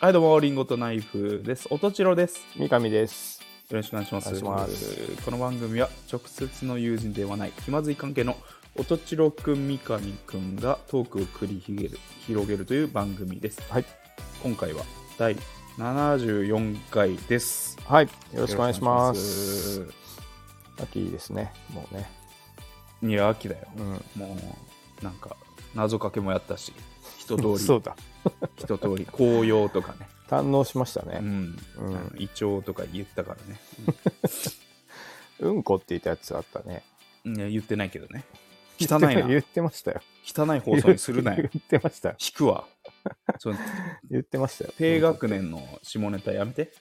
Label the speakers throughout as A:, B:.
A: はい、どうも、リンゴとナイフです。おとちろです。
B: 三上です。
A: よろしくお願いします。
B: お願いします
A: この番組は、直接の友人ではない、気まずい関係のおとちろくん、三上くんがトークを繰り広げる広げるという番組です。
B: はい。
A: 今回は、第74回です。よ
B: はい。よろしくお願いします。
A: ろしくお願いし
B: 秋ですね。もうね。
A: ます。いや、秋だよ。
B: うん。
A: もう、なんか、謎かけもやったし、一通
B: そ
A: り
B: う、だ。
A: 一通り、紅葉と かね。
B: 堪能しました
A: う
B: ね。
A: ん。
B: うん
A: あのイチョウとか言ったからね。
B: うんこって言ったやつあったね。
A: いや言ってないけどね。汚い
B: 言
A: な。
B: ってましたよ。
A: 汚い放送にするな
B: 言
A: よ
B: っ。てました。
A: 引くわ。その
B: 言ってましたよ。
A: 低学年の下ネタやめて。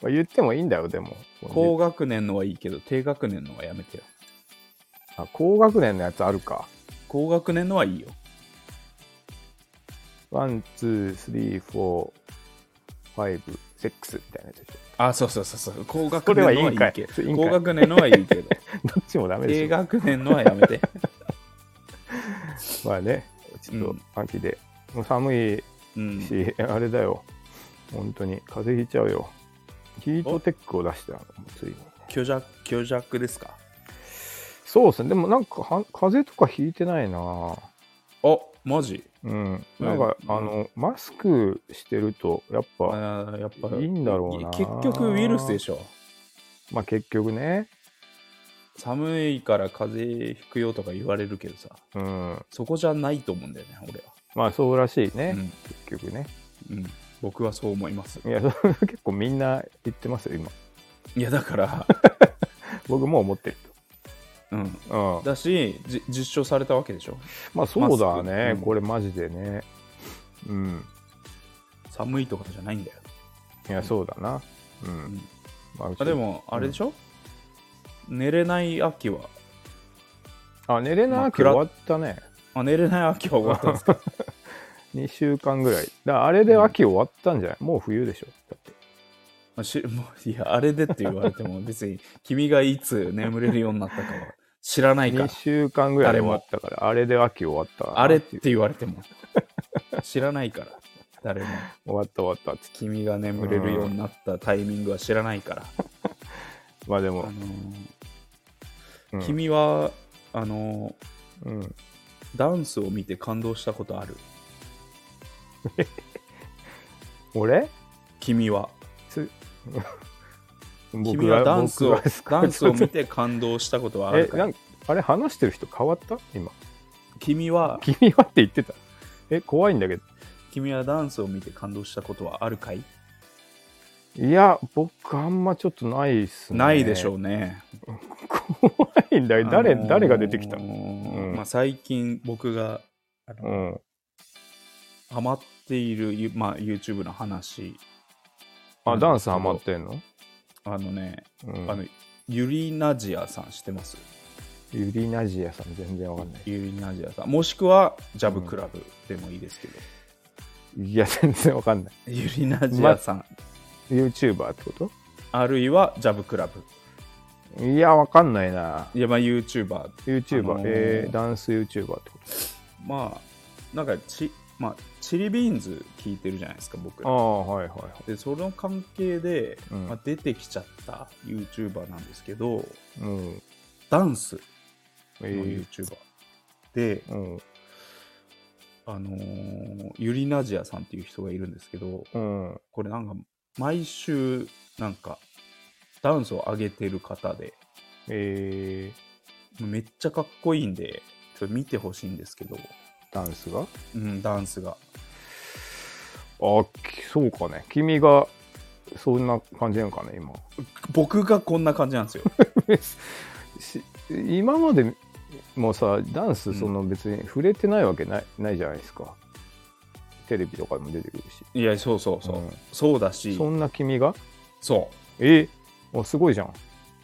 B: まあ言ってもいいんだよ、でも。
A: 高
B: 高
A: 学年のはいいけど、低学年のはやめてよ。
B: あ高学年のやつあるか。
A: 高学年のはいいよ。
B: ワン、ツー、スリー、フォー、ファイブ、セックスみたいなやつでしょ。
A: あ、そうそうそうそう。高学
B: これ
A: 年の
B: は
A: はい
B: い
A: い
B: ん
A: い
B: かい
A: け
B: いい
A: ど。
B: んかい
A: 高学年のはいいけ ど。
B: どっちもダメで
A: 低
B: しょ。
A: 学年のはやめて。
B: まあね、ちょ
A: う
B: っ
A: ん
B: と秋で。もう寒い
A: うん。
B: し、あれだよ、本当に風邪ひいちゃうよ。ヒートテックを出したの、ついに。
A: 虚弱、虚弱ですか。
B: そうですね、でもなんかは風邪とかひいてないな。
A: あ、マジ
B: うん、なんか、
A: うん
B: あのマスクしてるとやっぱ、
A: あーやっぱ
B: いいんだろうない
A: 結局ウイルスでしょ。
B: まあ結局ね、
A: 寒いから風邪ひくよとか言われるけどさ、
B: うん、
A: そこじゃないと思うんだよね、俺は。
B: まあそうらしいね、
A: うん
B: 結局ね。
A: うん、僕はそう思います
B: い。や、 そ結構みんな言ってますよ、今。
A: いや、だ から、
B: 僕も思ってる
A: うん、
B: と。うん、
A: だし、じ実証されたわけでしょ。
B: まあそうだ
A: マス
B: ね、
A: クうん
B: これマジでね。うん、
A: 寒いとかじゃないんだよ。
B: いや、そうだな。うん
A: うん
B: まあうち
A: あでも、あれでしょ、寝れない秋は、
B: あ、寝れ
A: まあ
B: なくて終
A: 暗
B: わったね。
A: あ、寝れない秋は終わったん ですか
B: 2週間ぐらい。だからあれで秋終わったんじゃない、もう冬でしょ。だって。
A: まあし もういや、あれでって言われても、別に君がいつ眠れるようになったかは知らないか
B: 2
A: ら、
B: 週間ぐらいで
A: 誰
B: 終
A: も
B: わったから、あれで秋終わったな。
A: あれっ
B: 終
A: て言われても、知らないから、誰も。
B: わった終わったって。
A: 君が眠れるようになったタイミングは知らないから、
B: まあで
A: あ
B: も
A: の、ー
B: うん、
A: 君はあのー
B: うん。
A: ダンスを見て感動したことある
B: 俺
A: 君は
B: つ
A: 君はダンスを
B: 僕がですか
A: ダンスを
B: ちょ
A: 見
B: って
A: 感動したことはあ
B: とえ
A: るか
B: なんかあれ話してる人変わった今
A: 君は
B: 君はって言ってたえ怖いんだけど
A: 君はダンスを見て感動したことはあるかい
B: いや僕あんまちょっとないっすね
A: ないでしょうね
B: 怖いんだよ誰、
A: あのー
B: 誰が出てきたのうん
A: まあ、最近僕があの
B: うん
A: ハマっている、ゆまあ、YouTube の話
B: あダンスハマってんの,、
A: あのね、
B: うん、
A: あのユリナジアさん知ってます
B: ユリナジアさん全然わかんない
A: ユリナジアさんもしくはジャブクラブでもいいですけど、
B: いや全然わかんない
A: ユリナジアさん、
B: YouTuber ってこ
A: あるいはジャブクラブ
B: といやわかんないない
A: やまあ YouTuber あ
B: YouTuber、
A: のー
B: えー、ダンス YouTuber ってこと
A: まあなんかち、まあ、チリビーンズ聞いてるじゃないですか僕
B: ああはいはいは
A: でその関係で、
B: うん
A: まあ、出てきちゃった YouTuber なんですけど
B: いうん
A: ダンス
B: え
A: の
B: ー
A: YouTuber、で、
B: うん
A: あのーユリナジアさんっていう人がいるんですけど
B: うん
A: これなんか毎週なんかダンスを上げてる方で
B: えー、
A: めっちゃかっこいいんでちょっと見てほしいんですけど、
B: ダンスが
A: うん、ダンスが
B: あきそうかね君がそんな感じなんかね今
A: 僕がこんな感じなんですよ。
B: し今までもさダン
A: う
B: ス
A: ん
B: その別に触れてないわけない,、ないじゃないですかテレビとかでも出てくるし
A: いや、そうそうそう。
B: うん
A: そうだし、
B: そんな君が
A: そ
B: えー、あすごいじゃん
A: う。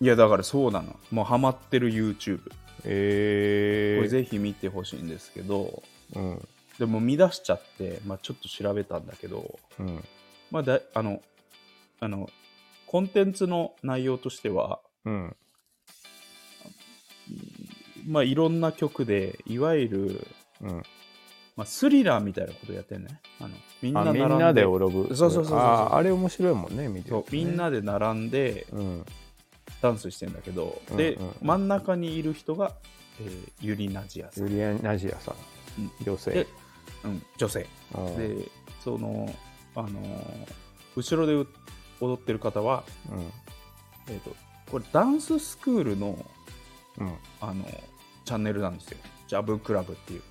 A: いや、だからそうなの。もうハマってる YouTube。こ
B: え
A: れ
B: ー、
A: ぜひ見てほしいんですけど、
B: うん
A: でも見出しちゃって、まあ、ちょっと調べたんだけど、
B: うん
A: まあだ、あの、あの、コンテンツの内容としては、
B: うん
A: まあ、いろんな曲で、いわゆる、
B: うん
A: まあ、スリラーみたいなことやってんね。あのみんな
B: あみ
A: 並んで
B: んなで転ぶ
A: そうそうそうそう
B: あーあれ面白いもんね見てる
A: そう
B: とね
A: みんなで並んで
B: うん
A: ダンスしてんだけど、
B: うん
A: で
B: うん
A: 真ん中にいる人が、えーユリナジアさ
B: ユ
A: ん、
B: リアナジアさん
A: うん
B: 女性
A: でうん、女性
B: うん
A: でその、あのー後ろでう踊ってる方は、
B: うん
A: えー、とこれダンススクールの、
B: うん
A: あのーチャンネルなんですよジャブクラブっていう、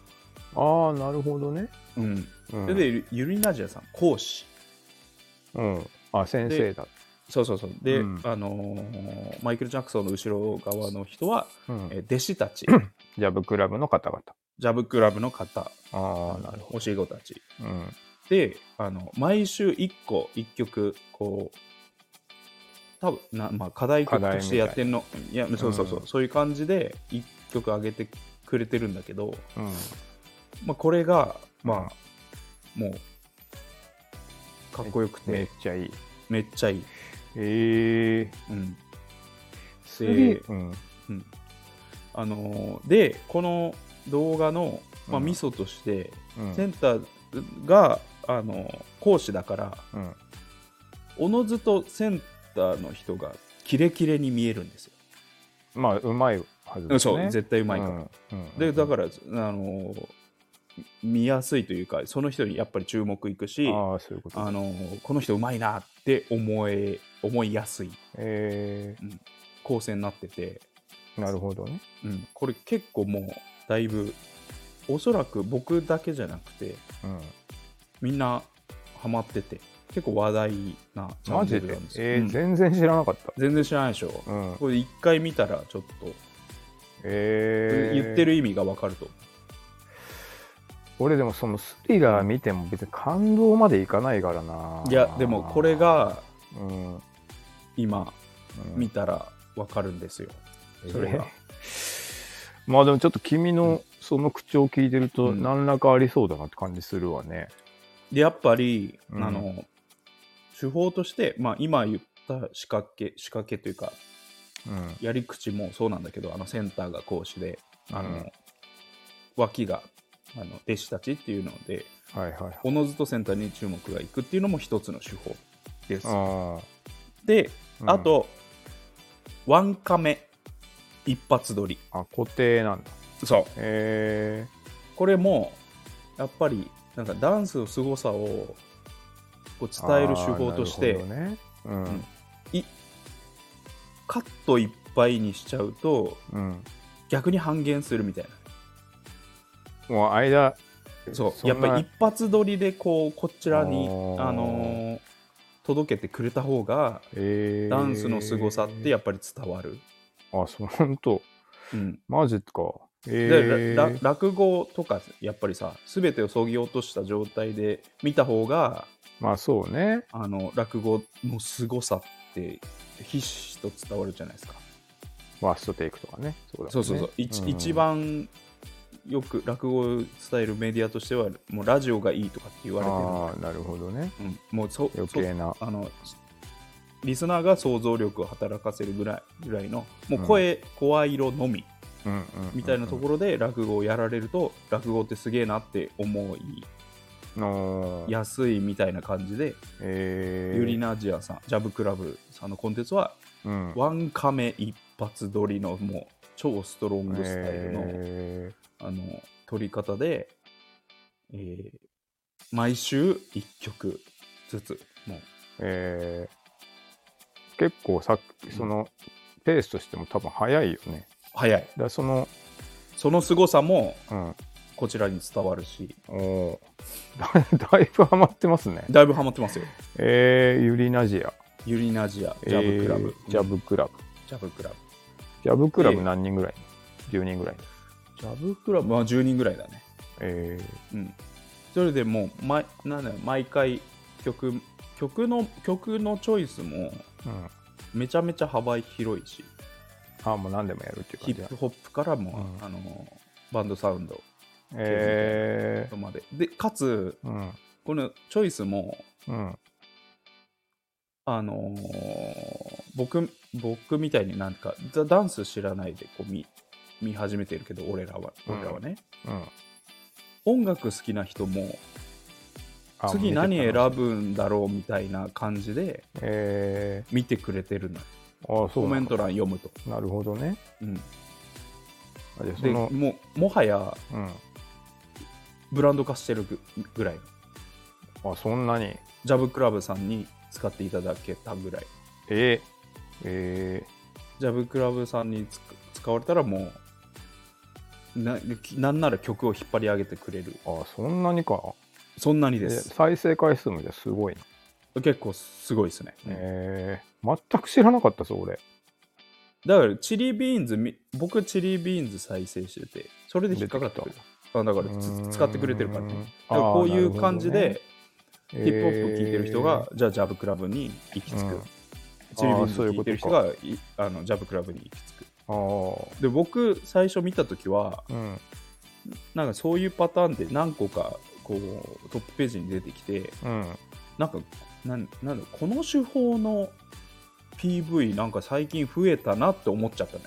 B: ああなるほどね
A: うん
B: うん
A: それでゆユリナジアさん講師
B: うんあ先生だ
A: そうそうそうで、
B: うん
A: あのーマイケル・ジャクソンの後ろ側の人は、
B: うん
A: えー弟子た ち
B: ジャブクラブの方々
A: ジャブクラブの方
B: ああなるほ
A: 教え子たち
B: どうん
A: であの毎週1個1曲こう多分な、まあ、課題曲としてやってんのいやそうそうそう、
B: うん
A: そういう感じで1曲上げてくれてるんだけど、
B: うん
A: まあ、これが
B: ま
A: もうかっこよく
B: あめってちゃいい
A: めっちゃいい、
B: ええ
A: うん
B: す
A: で
B: げえうん
A: うんあのーでこの動画の、まあ、
B: うん
A: ミソとして、
B: うん
A: センターが、あのー講師だから
B: うん
A: おのずとセンターの人がキレキレに見えるんですよ。
B: まあうまいはずだね
A: そう絶対うまいから。
B: うんうん
A: でだ
B: ら
A: から、あのー見やすいというかその人にやっぱり注目いくしあ、
B: ああそういうこと
A: のーこの人うまいなって思え思いやすい
B: え
A: 構成になってて、
B: えなるほどね
A: うん、これ結構もうだいぶおそらく僕だけじゃなくて
B: うん
A: みんなハマってて結構話題なチャ
B: マ
A: ンネ
B: ジ
A: ル
B: で
A: なんですよ、
B: え
A: う
B: ー
A: ん
B: 全然知らなかった
A: 全然知らないでしょ、
B: うん
A: これ一回見たらちょっと
B: えー
A: 言ってる意味がわかると思う
B: 俺でもそのスリラー見ても別に感動までいかないからない
A: いやでもこれが
B: うん、うん
A: 今見たらわかるんですよ、それが
B: えーまあでもちょっと君
A: う
B: のその口調聞いてると
A: うん
B: 何らかありそうだなって感じするわね
A: でやっぱり、
B: うん
A: あの手法として、まあ、今言った仕掛け仕掛けというか
B: うん
A: やり口もそうなんだけどあのセンターが講師であの、
B: うん
A: 脇があの弟子たちっていうので
B: はいはいはい
A: おのずとセンターに注目がいくっていうのも一つの手法です。
B: あ
A: で、
B: ー、うん
A: あとワンカメ一発撮り
B: あ固定なんだ
A: そう
B: え
A: これもやっぱりなんかダンスの凄さをこう
B: ー、
A: 伝える手法として、
B: あーなるほどね
A: んカットいっぱいにしちゃうと
B: うん、うん、
A: 逆に半減するみたい
B: もう間
A: なそう
B: そん
A: やっ
B: な
A: ぱり一発撮りでこうこちらに
B: あー
A: あのー届けてくれた方が
B: えー
A: ダンスの凄さってやっぱり伝わる、
B: あそう本当
A: うん、
B: マジか
A: で
B: え
A: らら
B: ー、
A: 落語とかやっぱりさ全てをそぎ落とした状態で見た方が
B: まあそうね
A: あの落語の凄さってひしひしと伝わるじゃないですか
B: ワーストテイクとかね。そうだもんね
A: そうそうそう、一
B: ん
A: 一番よく落語を伝えるメディアとしてはもうラジオがいいとかって言われてるんだ
B: ああ、なるほどね。
A: うん、もうそ
B: 余
A: そ
B: 計な。
A: あのリスナーが想像力を働かせるぐらいぐらいのもう声、声色のみ
B: うんうん
A: みたいなところで落語をやられると、落語ってすげえなって思い
B: ろの、
A: やすいみたいな感じで、
B: えー、
A: ユリナジアさんジャブクラブさんのコンテンツは、
B: うん、
A: ワンカメ一発撮りのもう超ストロングスタイルの、
B: え
A: あの取り方で、えー毎週1曲ずつもう
B: ーえー結構さっき、その、ペースとしても多分早いよね。
A: 早い
B: だからその、
A: その凄さも
B: うん、
A: こちらに伝わるし
B: おー だだいぶハマってますね。
A: だいぶハマってますよ
B: えー、ユリナジア。
A: ユリナジア
B: え
A: ジャ
B: ー
A: ブクラブ、
B: ジャブクラブ。
A: ジャブクラブ
B: ジャブクラブ何人ぐらい、?10 人ぐらい。
A: ジャブクラブまあ10人ぐらいだね
B: え
A: うんそれでもう毎なんだろう毎回曲曲の曲のチョイスも
B: ー、うん。
A: めちゃめちゃ幅広いし
B: あー、もう何でもやるっていう感
A: ヒ
B: じ
A: ッ
B: だ
A: プ。ホップからも、
B: うん
A: あのバンドサウンド
B: え
A: まででかつ
B: ー、うん。
A: このチョイスも
B: うん。
A: あのー僕僕みたいになんかザダンス知らないでこう見見始めてるけど俺らは
B: うん
A: 俺らはね、
B: うん。
A: 音楽好きな人も
B: あ
A: 次何選
B: 見て
A: ぶんだろうみたいな感じで
B: たなえ
A: 見てくれてるのよ
B: ー、ああ、そう
A: コ
B: な
A: メン
B: の
A: ト欄読むと、
B: なるほどね。
A: うん、
B: あじゃあそ
A: で
B: の、
A: もうもはや
B: うん。
A: ブランド化してるぐぐらい
B: あ、そんなに。
A: ジャブクラブさんに使っていただけたぐらい
B: えー、え
A: ジャブクラブさんにつく使われたらもうななんなら曲を引っ張り上げてくれる
B: ー、あ、そんなにか。
A: そんなに
B: え
A: です
B: 再生回数もじゃあすごいね。
A: 結構すごいですね、
B: えー、全く知らなかったぞ、俺。
A: だからチリビーンズみ僕チリビーンズ再生しててそれで引っかかってくるあだからつ
B: うーん
A: 使ってくれてるからねだか
B: あー
A: らこういう感じで、
B: ヒ
A: ヒップホップ聴いてる人が、じゃあジャブクラブに行き着く、
B: うん
A: チリビーンズ
B: あーそういう
A: 聴い
B: ことか
A: てる人がいあのジャブクラブに行き着く
B: あー
A: で僕最初見た時は
B: うん、
A: なんかそういうパターンで何個かこうトップページに出てきて
B: うん、
A: なんかなんなんだこの手法の PV なんか最近増えたなって思っちゃったね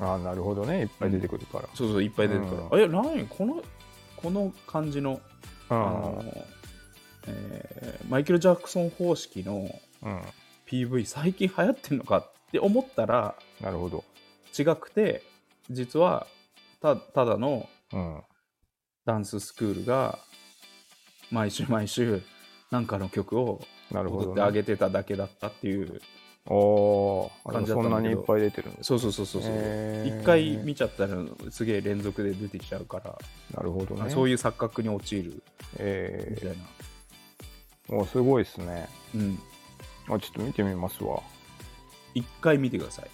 B: ああなるほどねいっぱい出てくるから、
A: そうそういっぱい出てくるから、あいや何このこの感じのあ
B: あ
A: の、えーマイケル・ジャクソン方式の
B: あうん
A: PV 最近流行ってんのかって思ったら
B: なるほど、
A: 違くて実はたただの
B: うん、
A: ダンススクールが毎週毎週なんかの曲を
B: なるほ
A: 踊っ
B: ど、
A: てあ
B: ね、
A: げてただけだったっていう、
B: おーあ
A: 感
B: で
A: じだった
B: もそ
A: んだ
B: んな
A: けど
B: にいっぱい出てるんです
A: そうそうそうそうそう
B: へー
A: 一回見ちゃったらすげえ連続で出てきちゃうから、
B: なるほどね
A: そう
B: いう、
A: いう錯覚に陥るみ
B: え
A: たいな、
B: ー、もうすごいですね
A: うん
B: あちょっと見てみますわ
A: 一回見てください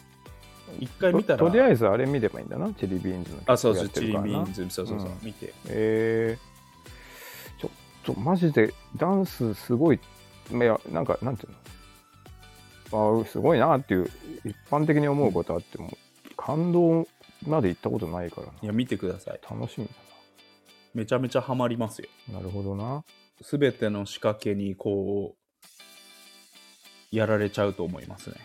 A: 一回見たら
B: ととりあえずあれ見ればいいんだなチリビーンズの曲
A: あそうそ
B: や
A: う
B: って
A: チリ
B: る
A: ビ
B: からな
A: ーンズそうそうそう、
B: うん
A: 見て
B: えー、ちょっとマジでダンスすごいいやなんかなんていうのあーすごいなっていう一般的に思うことあっても感動まで行ったことないから
A: いや見てください
B: な楽しみだ
A: めちゃめちゃハマりますよ
B: ななるほどな
A: すべての仕掛けにこうやられちゃうと思いますね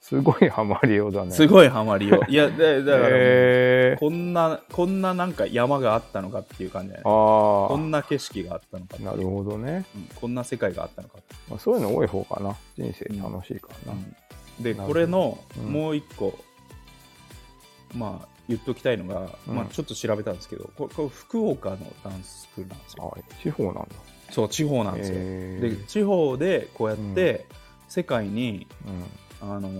B: すごいハマりようだね
A: すごいハマ りよいやだだから、
B: えー
A: こんなこんななんか山があったのかっていう感じだね
B: あ
A: こ
B: あ
A: んな景色があったのかっていう
B: なるほどね、
A: うんこんな世界があったのかって
B: まあ、そういうの多い方かな人生楽しいからな、
A: で
B: なるほど
A: これの
B: うん
A: もう一個、まあ言っときたいのが、
B: うん
A: まあ、ちょっと調べたんですけどこれこれ福岡のダンススクールなんですよ
B: あ地方なんだ
A: そう地方なんですよ、
B: え
A: で地方でこうやって世界に、あの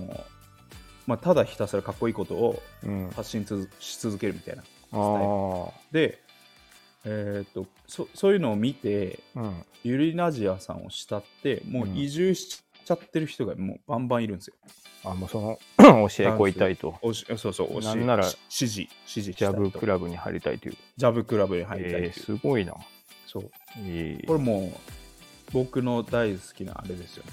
A: まあ、ただひたすらかっこいいことを
B: うんうん
A: 発信つづし続けるみたいな
B: ああ
A: で、えーっとそそういうのを見て
B: うん
A: ユリナジアさんを慕ってもう移住しちゃってる人がもうバンバンいるんですよ。
B: あも うその教え子いたいと
A: おしそうそうおし
B: なんなら
A: し支持支持し
B: ジ
A: た
B: ャ
A: いと
B: ブクラブに入りたいという、
A: ジャブクラブに入りたいってい
B: え
A: う
B: ー、すごいな
A: そう
B: いい
A: これもう僕の大好きなあれですよね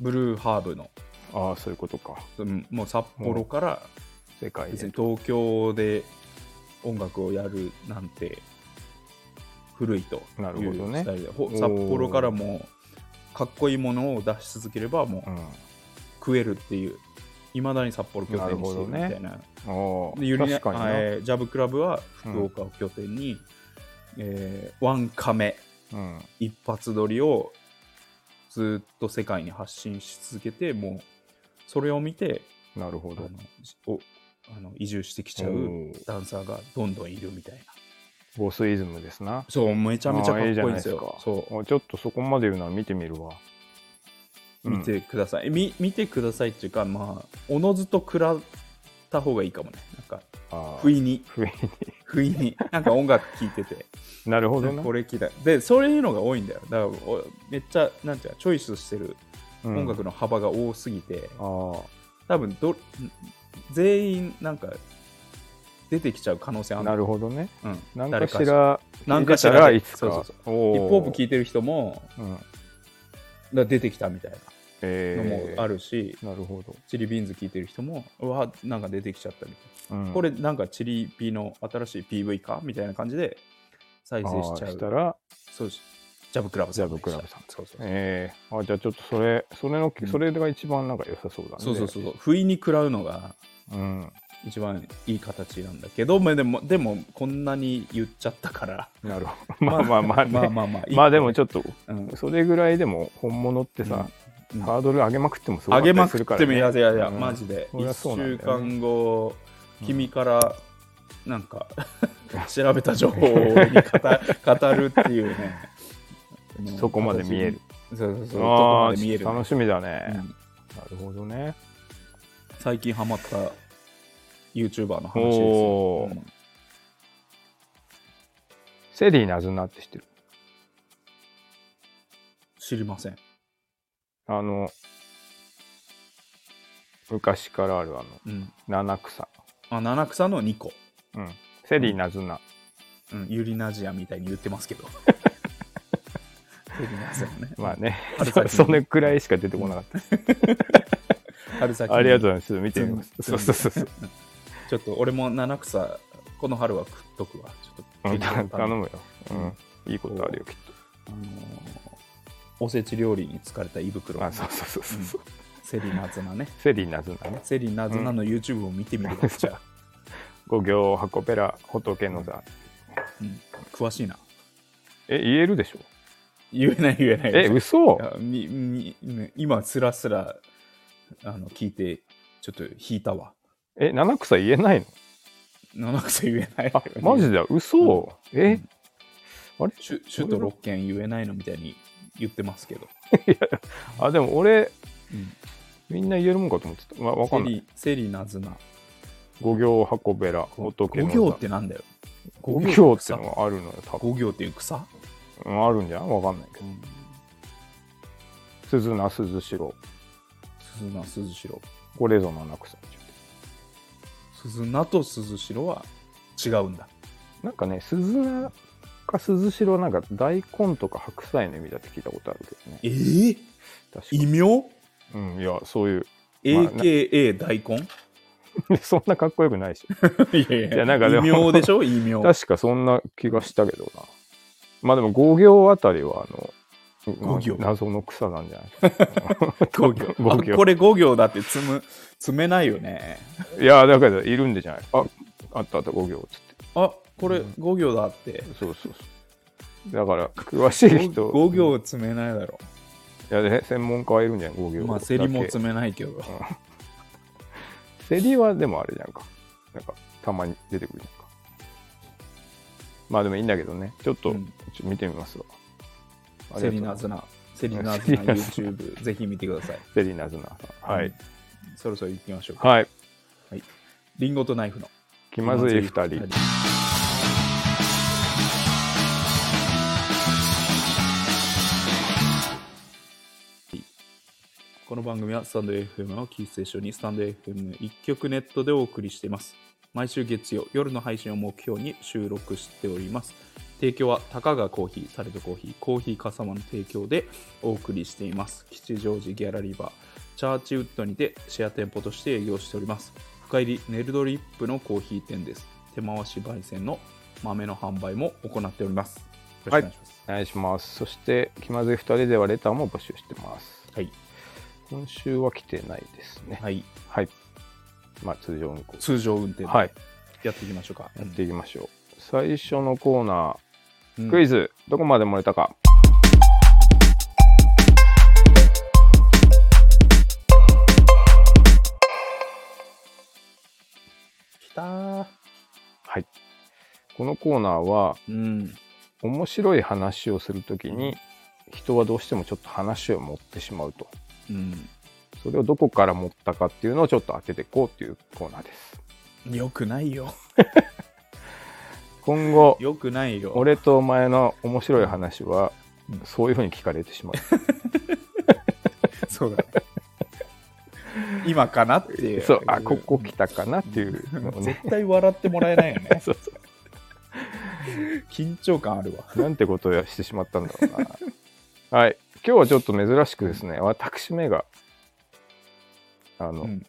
A: ブルーハーブの
B: ああそういうことか
A: うんもう札幌から
B: 世界
A: 別
B: で
A: に東京で音楽をやるなんて古いという
B: なるほどね
A: スタイルでほ
B: おー
A: 札幌からもかっこいいものを出し続ければもう
B: うん
A: 食えるっていういまだに札幌拠点にしてるみたい
B: なる
A: な
B: お
A: でゆりな
B: 確かにな、
A: えージャブクラブは福岡を拠点に、えーワンカメ
B: うん
A: 一発撮りをずっと世界に発信し続けてもうそれを見て
B: なるほ
A: あ
B: ど
A: のおあの移住してきちゃ
B: お
A: う
B: ー
A: ダンサーがどんどんいるみたいな
B: ボスイズムですな
A: そうめちゃめちゃかっこいいん
B: あー
A: ですよ
B: じゃないか
A: そ
B: おちょっとそこまで言うなら見てみるわ
A: う見
B: うん
A: てください、み見てくださいっていうかまあおのずと食らった方がいいかもねなんか
B: あ
A: 不
B: ー
A: 意に
B: 不意
A: 不意になんか音楽聴いてて
B: に なるほどな
A: これ嫌いでそういうのが多いんだよだからおめっちゃなんていうかチョイスしてる音楽
B: の
A: の幅が多すぎて、
B: あ
A: 多分ど全員なんか出てきちゃう可能性あ
B: あ
A: る
B: なるほどね
A: うん、
B: 何かし
A: 誰か
B: ら
A: 何かしら
B: 入れたいつか
A: そうそうそうヒ
B: お
A: ップホップ聴
B: い
A: いてる人も
B: うん
A: だ出てきたみたいなの
B: え
A: も
B: ー、
A: あるし、
B: なるほど、
A: チリビーンズ聴いてる人もうわなんか出てきちゃったみたい
B: うん
A: なこれなんかチリピの新しい PV かみたいな感じで再生しち
B: あ
A: ゃ
B: ー
A: う
B: たら
A: そうしジャブクラブさん
B: ジャブクラブさん
A: そうそうそう、
B: ええあじゃあちょっとそれそれの、
A: うん
B: それが一番なんか良さそうだね
A: そうそうそうそう不意に食らうのが
B: うん
A: 一番いい形なんだけど、まあ、でもでもこんなに言っちゃったから
B: なるほど。まあまあ まあ、ね、
A: まあまあまあ
B: まあでもち
A: ょ
B: ょっと、
A: うん
B: それぐらいでも本物ってさ、
A: うん
B: ハードル上げまくってもすごい
A: 上げまくってもいやいやいや、
B: うん
A: マジで
B: そりゃそう
A: 1
B: なんだ
A: 週
B: よね
A: 間後、
B: うん
A: 君からなんか 調べた情報に語語 るっていうね
B: そこまで見える。
A: そうそうそうそこ
B: あ
A: ま
B: あ
A: で見える、
B: 楽しみだね、
A: うん
B: なるほどね
A: 最近ハマった YouTuber の話ですよ、
B: おお、
A: うん
B: セリーナズナって知ってる
A: 知りません
B: あの昔からあるあの
A: うん
B: 七草
A: あ七草の2個、
B: うんセリーナズナ、
A: うん、ユリナジアみたいに言ってますけどユリナジアね
B: まあね
A: 春先
B: そそれくらいしか出てこなかっ
A: 春先
B: た
A: に
B: ありがとうございますちょっと見てみます
A: うん
B: そうそうそうそう
A: ちょっと俺も七草この春は食っとくわちょっと
B: うん頼頼むよ、
A: うん
B: うん、いいことあるよきっ
A: あのーおせち料理に疲れた胃袋
B: とあそうそうそうそうそう、
A: セリナズナね
B: セリーナズナね
A: セリナズナの YouTube を見てみるわじゃあ、
B: 五行箱ペラ仏の座
A: うん詳しいな
B: え言えるでしょ
A: 言えない言えない
B: え嘘
A: いやみみね今すらすらあの聞いてちょっと引いたわ
B: え七草言えないの
A: 七草言えない
B: あマジだ嘘、え、
A: うんシュシュート6件言えないのみたいに言ってますけど
B: あでも俺、
A: うん
B: みんな言えるもんかと思ってた、まあ、わか
A: セ
B: んない
A: リセリナズナ
B: 五行箱べら
A: 五
B: 仏の座
A: 行ってなんだよ
B: 五行って
A: 草
B: のがあるのよ多分、
A: 五行っていう草
B: うんあるんじゃんわかんないけど鈴名鈴代
A: 鈴名鈴代
B: これぞ七草
A: 鈴名と鈴代は違うんだ
B: なんかね鈴名か鈴代はなんか大根とか白菜の意味だって聞いたことあるけどね
A: ええ
B: 確か
A: 異名
B: うんいやそういう
A: AKA 大根
B: そんなかっこよくないし
A: いやい
B: いやなんかでも
A: 異名でしょ異名
B: 確かそんな気がしたけどな。まあでも五行あたりはあの
A: 五行
B: な謎の草なんじゃ
A: 五行
B: 五行
A: あこれ五行だって積む積めないよね
B: ないいやだからいるんでじゃないああったあった五行っつって
A: あこれ五行だって
B: そうそうそうだから詳しい人
A: 五行詰めないだろ
B: いやね専門家はいるんじゃない五行
A: まあセリも
B: だ
A: 詰めないけど
B: け セリはでもあれじゃんかなんかたまに出てくるじゃんかまあでもいいんだけどねちょっと、
A: うん
B: ちょ見てみますわあ
A: セ
B: りがとう
A: リナズナセリナズナ YouTube ぜひ見てください
B: セリナズナさんはい、
A: そろそろ行きましょうか
B: はい
A: リンゴとナイフの
B: 気まずい二人
A: この番組はスタンド FM をキーステーションにスタンド FM 一曲ネットでお送りしています。毎週月曜夜の配信を目標に収録しております。提供はたかがコーヒー、サレドコーヒー、コーヒーかさまの提供でお送りしています。吉祥寺ギャラリーバー、チャーチウッドにてシェア店舗として営業しております。深入りネルドリップのコーヒー店です。手回し焙煎の豆の販売も行っております。よろしくお願いします。
B: お願いしますそして気まずい2人ではレターも募集してます
A: はい。
B: 今週は来てないですね
A: はい。
B: はい、まあ通常運行
A: 通常運転で
B: はい
A: やっていきましょうか。
B: やっていきましょう、最初のコーナ
A: うん
B: ークイズ、どこまで漏れたか
A: きたー。
B: はいこのコーナーは
A: うん。
B: 面白い話をするときに人はどうしてもちょっと話を持ってしまうと
A: うん。
B: それをどこから持ったかっていうのをちょっと当てていこうっていうコーナーです
A: よくないよ。
B: 今後
A: よくないよ。
B: 俺とお前の面白い話は
A: うん
B: そういうふうに聞かれてしまう
A: そうだ、ね。今かなっていう。
B: そうあここ来たかなっていうのをね
A: 絶対笑ってもらえないよね
B: 。そうそ
A: 緊張感あるわ。
B: うなんてことをしてしまったんだろうな はい今日はちょっと珍しくですね私めがあの、
A: うん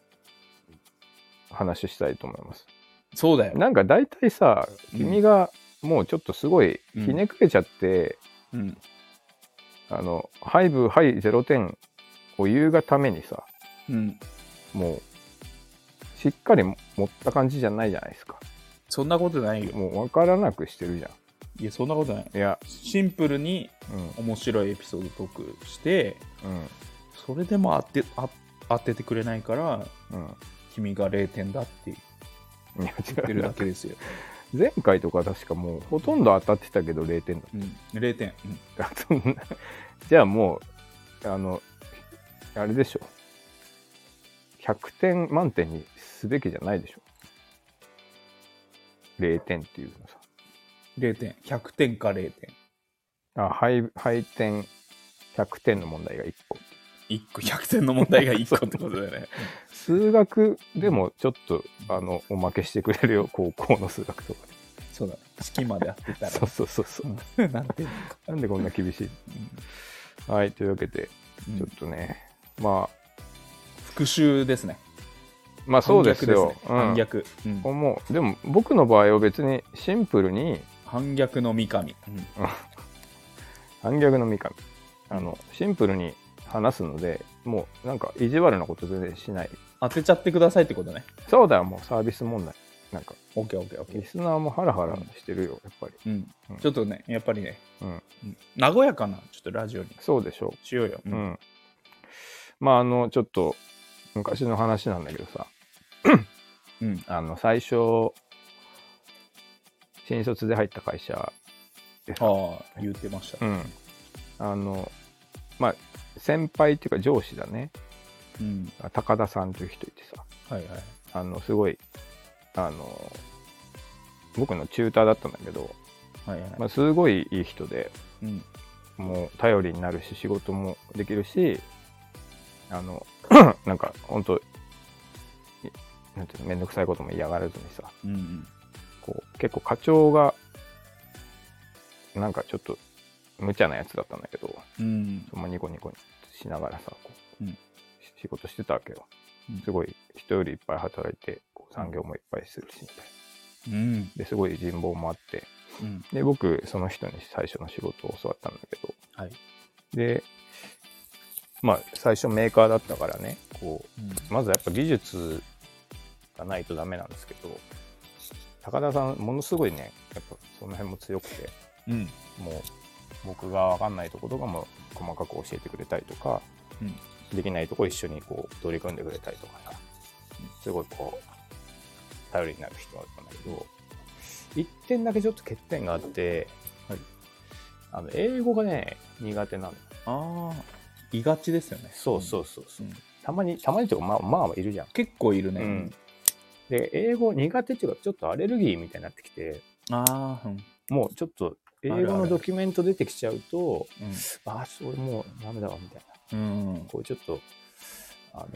B: 話したいと思います
A: そうだよ。
B: なんか大体さ
A: うん
B: 君がもうちょっとすごいひねくれちゃって、
A: うん。
B: あのハイブはい0点を言うがためにさ
A: うん。
B: もうしっかり持った感じじゃないじゃないですか。
A: そんなことないよ。
B: もう分からなくしてるじゃ
A: いや、そんなことない。
B: ん。いや、
A: シンプルに
B: う
A: 面白いエピソードトークして、
B: ん、
A: それでも当てあ当ててくれないから、
B: うん、うん。
A: 君が0点だって
B: いや、
A: 言って
B: 違
A: るだ
B: う。
A: けです よ。
B: 前回とか確かもうほとんど当たってたけど0点だ
A: うん、0点。うん
B: った。そんな じゃあもう、あの、あれでしょ。100点満点にすべきじゃないでしょ。0点っていうのさ。
A: 0点。100点か0点。
B: あ、配配点100点の問題が1個。
A: 1個、100点の問題が1個ってことだよね。
B: 数学でもちょっと、あの、おまけしてくれるよ。高校の数学とか
A: そうだ、ね。式まで当て
B: で。
A: た
B: そう
A: ら。
B: そうそうそう。
A: うん なんていうのか。
B: なんでこんな厳しい、はい、というわけで、
A: うん
B: ちょっとね、まあ、
A: 復習ですね。
B: まあそうですよ。
A: 反
B: うん
A: 逆ですね、反逆、うん
B: 思うでも僕の場合は別にシンプルに
A: 反逆の三上、うん
B: 反逆の三上あのシンプルに話すのでもうなんか意地悪なこと全然しない
A: 当てちゃってくださいってことね。
B: そうだよもうサービス問題なんか
A: OKOKOK
B: リ。スナーもハラハラしてるよやっぱり、
A: うん
B: うん
A: ちょっとね、やっぱりね、
B: うん、
A: うん和やかな、ちょっとラジオに
B: そうでしょ
A: しようよ。う
B: う、
A: ん
B: うんまああのちょっと昔の話なんだけどさ
A: うん
B: あの最初新卒で入った会社でさ
A: ああ、言ってました。
B: うん、あのまあ先輩っていうか上司だね
A: うん
B: 高田さんという人いてさ
A: はいはい。
B: あのすごいあの僕のチューターだったんだけど、
A: はいはい
B: まあ、すごいいい人で
A: うん
B: もう頼りになるし仕事もできるしあの なんか本当なんていうの面倒くさいことも嫌がらずにさ
A: うんうん
B: こう結構課長がなんかちょっと無茶なやつだったんだけど、
A: うん
B: まあ、ニコニコしながらさこう、
A: うん
B: 仕事してたわけよ
A: うん
B: すごい人よりいっぱい働いてこう産業もいっぱいするしみたいな
A: うん
B: ですごい人望もあって
A: うん
B: で僕その人に最初の仕事を教わったんだけど
A: はい
B: でまあ最初メーカーだったからねこ
A: うん
B: うまずやっぱ技術がないとダメなんですけど高田さんものすごいねやっぱその辺も強くて
A: うん
B: もう僕が分かんないところとかも細かく教えてくれたりとか、
A: うん
B: できないとこ一緒にこう取り組んでくれたりとかさすごいこう頼りになる人だったんだけど1点だけちょっと欠点があって、
A: はい
B: あの英語がね苦手なの
A: ああいがちですよね
B: そうそうそうそうう、
A: ん
B: たまにたまにというかまあまあいるじゃん
A: 結構いるね、
B: うんで英語苦手っていうかちょっとアレルギーみたいになってきて
A: ああうん
B: もうちょっと英
A: ある
B: 語
A: あ
B: の
A: る
B: ドキュメント出てきちゃうとああそれもうダメだわみたいな
A: うんうん
B: こうちょっと、あの、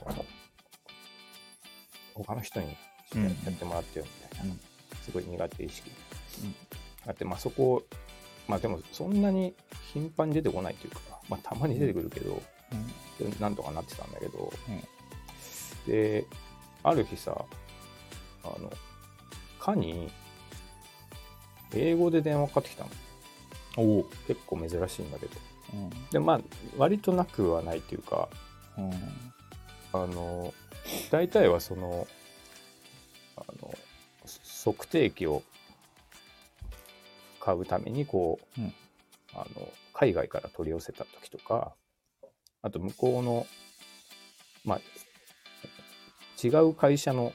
B: 他の人に
A: うん
B: やってもらってよみたいな、
A: うん
B: すごい苦手意識
A: うん
B: あって、まあそこ、まあでもそんなに頻繁に出てこないというか、まあたまに出てくるけど、
A: うん
B: なんとかなってたんだけど、
A: うん
B: で、ある日さ、あの、かに、英語で電話かかってきたの。
A: おお
B: 結構珍しいんだけど。
A: うん
B: で、まあ、割となくはないというか、
A: うん
B: あの大体はそのあのそ測定器を買うためにこう、
A: うん
B: あの海外から取り寄せた時とかあと向こうの、まあ、違う会社の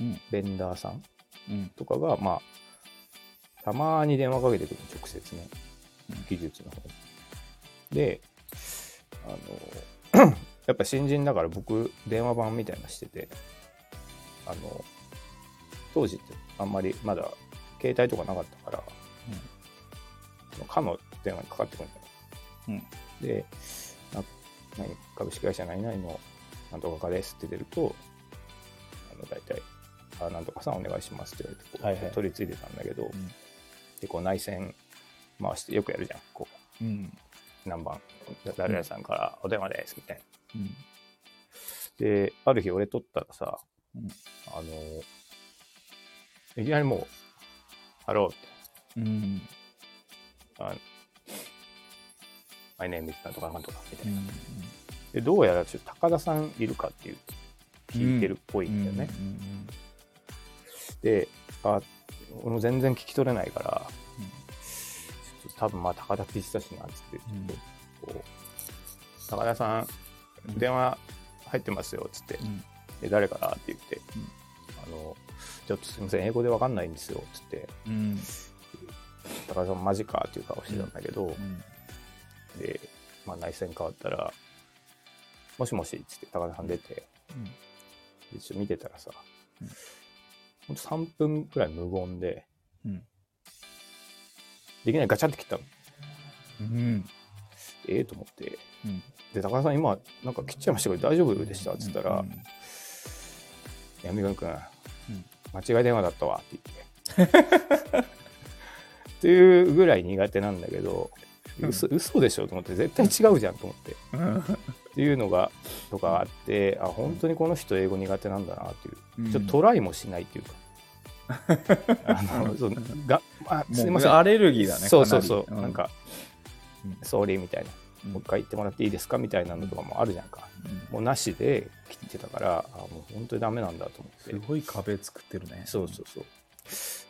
A: うん
B: ベンダーさん
A: うん
B: とかが、まあ、たまに電話かけてくるの直接ね
A: うん
B: 技術の方にであの やっぱ新人だから僕電話番みたいなのしててあの当時ってあんまりまだ携帯とかなかったから、
A: うん
B: あのかの電話にかかってくるんだよ、
A: うん
B: でな何株式会社何々のなんとかかですって出るとあの大体「あなんとかさんお願いします」って言われてこう、
A: はいはい
B: 取り継いでたんだけど、
A: ん
B: でこう内線回してよくやるじゃんこう
A: うん
B: 何番誰々さんからお電話ですみたいな。
A: うん
B: である日俺取ったらさ、
A: うん
B: あのいきなりもう「ハロー」って
A: うん
B: 「あ My name is なんとかなんとか」みたいな。
A: うん
B: でどうやらちょっと高田さんいるかっていう
A: 聞いてるっぽいんだよね。
B: うんであ俺も全然聞き取れないから、
A: うん
B: ちょっと多分まあ高田って言ってたしなっつって、
A: うん
B: ちょっとこう高田さん電話入ってますよっつって、
A: うん
B: で誰からって言って、
A: うん
B: あのちょっとすいません英語でわかんないんですよっつって
A: うん
B: 高田さんマジかっていう顔してたんだけど、
A: うん
B: で、まあ、内戦変わったら「もしもし」っつって高田さん出て、でちょっと見てたらさ、
A: うん
B: ほんと3分くらい無言で、
A: うん
B: できないガチャって切ったの。
A: うん
B: ええと思って。
A: うん
B: で、高田さん今、なんか切っちゃいましたけど大丈夫でしたっつったら、
A: うん
B: 闇軍君、
A: ん
B: 間違い電話だったわって言って。っていうぐらい苦手なんだけど、
A: うん
B: 嘘嘘でしょと思って、絶対違うじゃんと思って。
A: うん
B: っていうのが、とかあって、あ、本当にこの人英語苦手なんだなっていう。ちょっとトライもしな いっていうか。あのそうがあ
A: もう
B: すいません
A: アレルギーだね
B: そうそうそう、
A: かなり
B: なんか
A: うん
B: 「総理」みたいな「
A: うん
B: もう一回言ってもらっていいですか?」みたいなのとかもあるじゃんか、
A: うん
B: もうなしで切ってたからあもう本当にダメなんだと思って
A: すごい壁作ってるね
B: そうそうそう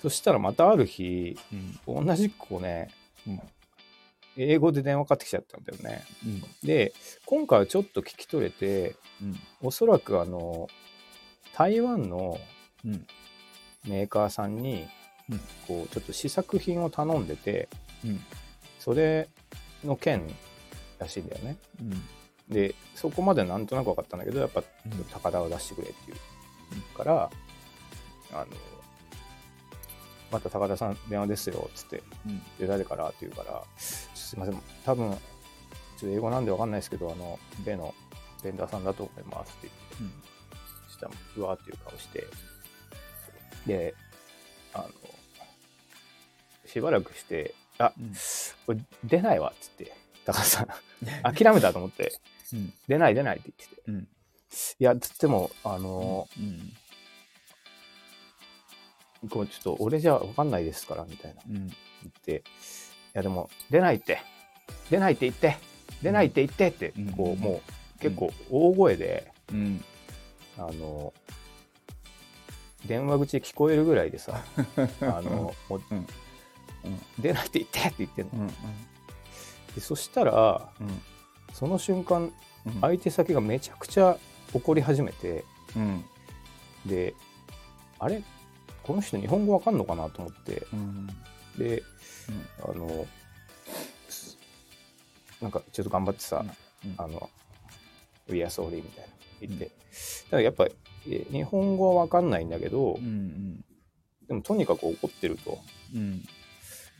B: そしたらまたある日
A: うん
B: 同じ子ね
A: うん
B: 英語で電話かかってきちゃったんだよね
A: うん
B: で今回はちょっと聞き取れて
A: うん
B: おそらくあの台湾の
A: うん
B: メーカーさんに
A: うん
B: こうちょっと試作品を頼んでて、
A: うん
B: それの件らしいんだよね
A: うん
B: でそこまでなんとなく分かったんだけどやっぱ
A: うん
B: 高田を出してくれっていうから、あのまた高田さん電話ですよっつって
A: うん
B: で誰からって言うからすいません多分ちょっと英語なんで分かんないですけどあの例のベンダーさんだと思いますって言って
A: うん
B: そしたらうわーっていう顔してであのしばらくして「あ
A: うん
B: これ出ないわ」っつって高田 さん諦めたと思って
A: うん
B: 「出ない出ない」って言ってて
A: うん
B: いやつってもあの
A: うん
B: こうちょっと俺じゃ分かんないですからみたいな
A: うん
B: 言って「いやでも出ないって出ないって言って出ないって言って」って
A: うん
B: こ
A: う
B: うんもう結構大声で
A: うん
B: あの電話口聞こえるぐらいでさあのもう
A: うんうん
B: 出ないって言ってって言ってんの
A: うん
B: でそしたら
A: うん
B: その瞬間
A: うん
B: 相手先がめちゃくちゃ怒り始めて
A: うん
B: であれこの人日本語わかんのかなと思って
A: うん
B: であのなんかちょっと頑張ってさ「
A: うんうん
B: あの We are sorry」みたいな言って、ただやっぱえ日本語はわかんないんだけど、
A: うんうん
B: でもとにかく怒ってると。
A: うん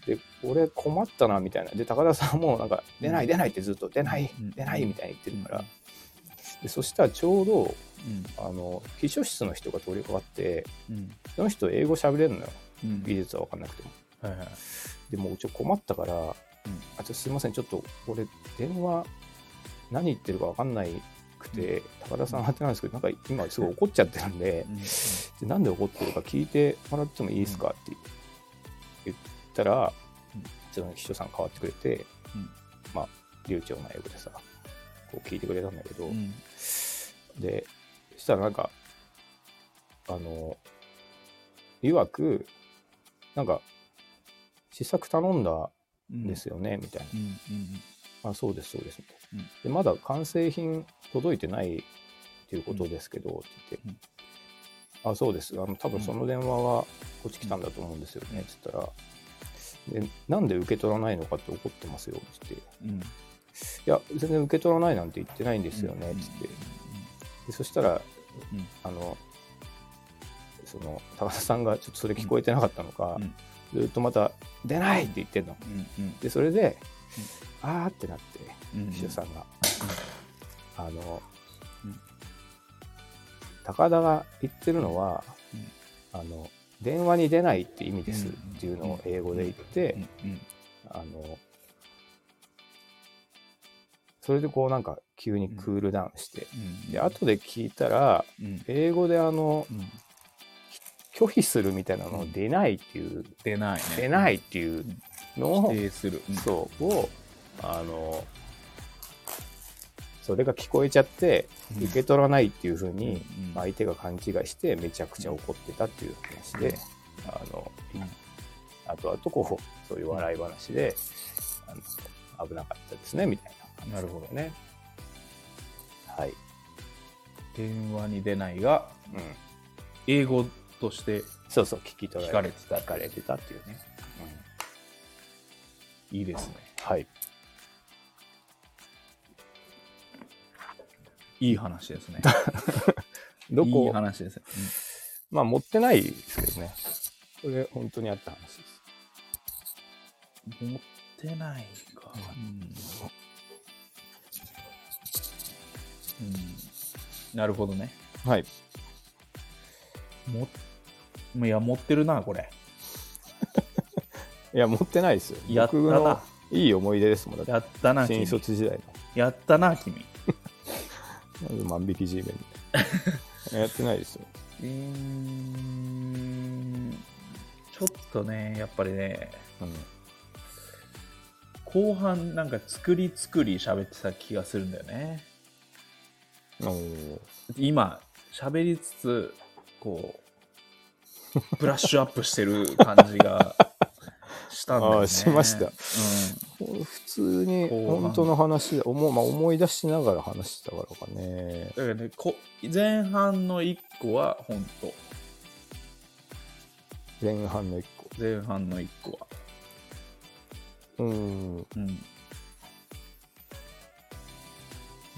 B: で俺困ったなみたいなで高田さんもなんか「出ない出ない」ってずっと「出ない
A: うん
B: 出ない」みたいに言ってるから、でそしたらちょうど
A: うん
B: あの秘書室の人が通りかかって
A: うん
B: その人英語喋れるのよ
A: うん
B: 技術は分かんなくても
A: はいはい
B: でもうちょっと困ったから「あちょすいませんちょっと俺電話何言ってるか分かんないくて、高田さん宛てなんですけどなんか今すごい怒っちゃってるんで
A: う、ん
B: でなんで怒ってるか聞いてもらってもいいですか?」って言ったら、
A: うん
B: その秘書さん代わってくれて、
A: うん
B: まあ流暢な英語でさこう聞いてくれたんだけど、
A: うん
B: でそしたらなんかあの曰くなんか試作頼んだ
A: うん
B: んですよね、みたい
A: うんうん
B: な「あそうですそうです」みたいな、
A: うん
B: でまだ完成品届いてないっていうことですけど、って言って「あそうですあの多分その電話はこっち来たんだと思うんですよね」っつったら「でなんで受け取らないのかって怒ってますよ」っつって「い
A: うん
B: や全然受け取らないなんて言ってないんですよね」っつって、でそしたら、
A: うん
B: あのその高田さんがちょっとそれ聞こえてなかったのか、
A: うん
B: ずっとまた「出ない!」って言ってんの。
A: うんうん
B: でそれで、あーってなって
A: うんうん
B: 秘書さんが、あの、
A: うん
B: 高田が言ってるのは、
A: うん
B: あの電話に出ないって意味ですっていうのを英語で言って、
A: うんうん
B: あのそれでこうなんか急にクールダウンして、
A: うん
B: で後で聞いたら
A: うん
B: 英語であの
A: うん
B: 拒否するみたいなのを出ないっていう、
A: 出ないね
B: 出ないっていうのを、
A: 否定するうん
B: そうをあのそれが聞こえちゃって、
A: うん
B: 受け取らないっていうふうに
A: うん
B: 相手が勘違いして、めちゃくちゃ怒ってたっていう話で、あの、あとあとこう、そういう笑い話で、あの危なかったですね、みたいな。
A: なるほど
B: ね。はい。
A: 電話に出ないが
B: うん。
A: 英語として
B: そうそう、聞き取
A: 聞
B: ら
A: か
B: れ
A: れ
B: て
A: てた
B: 聞かれてたっていうね。
A: いいですね
B: はい。
A: いい話です ね
B: ど
A: いい
B: こ、
A: 話ですね、
B: まあ持ってないですけどね。これ本当にあった話です。
A: うん持ってないかうん、うんなるほどね
B: はい。
A: もいや持ってるなこれ
B: いや、持ってないですよ。
A: やったな
B: 僕のいい思い出ですもん。だって
A: やったな
B: 新
A: 君
B: 卒時代の。
A: やったな君
B: まず万引き G メンみ たいなやってないですよ。
A: うーんちょっとねやっぱりね
B: うん
A: 後半なんか作り作り喋ってた気がするんだよね
B: おー
A: 今喋りつつこ うブラッシュアップしてる感じがしたんだよね
B: あーしました
A: うん、
B: 普通に
A: 後半
B: 本当の話で思,、まあ、思い出しながら話してたからかね
A: だからねこ前半の1個は本当
B: 前半の一
A: 前半の1個は
B: 個うん
A: うん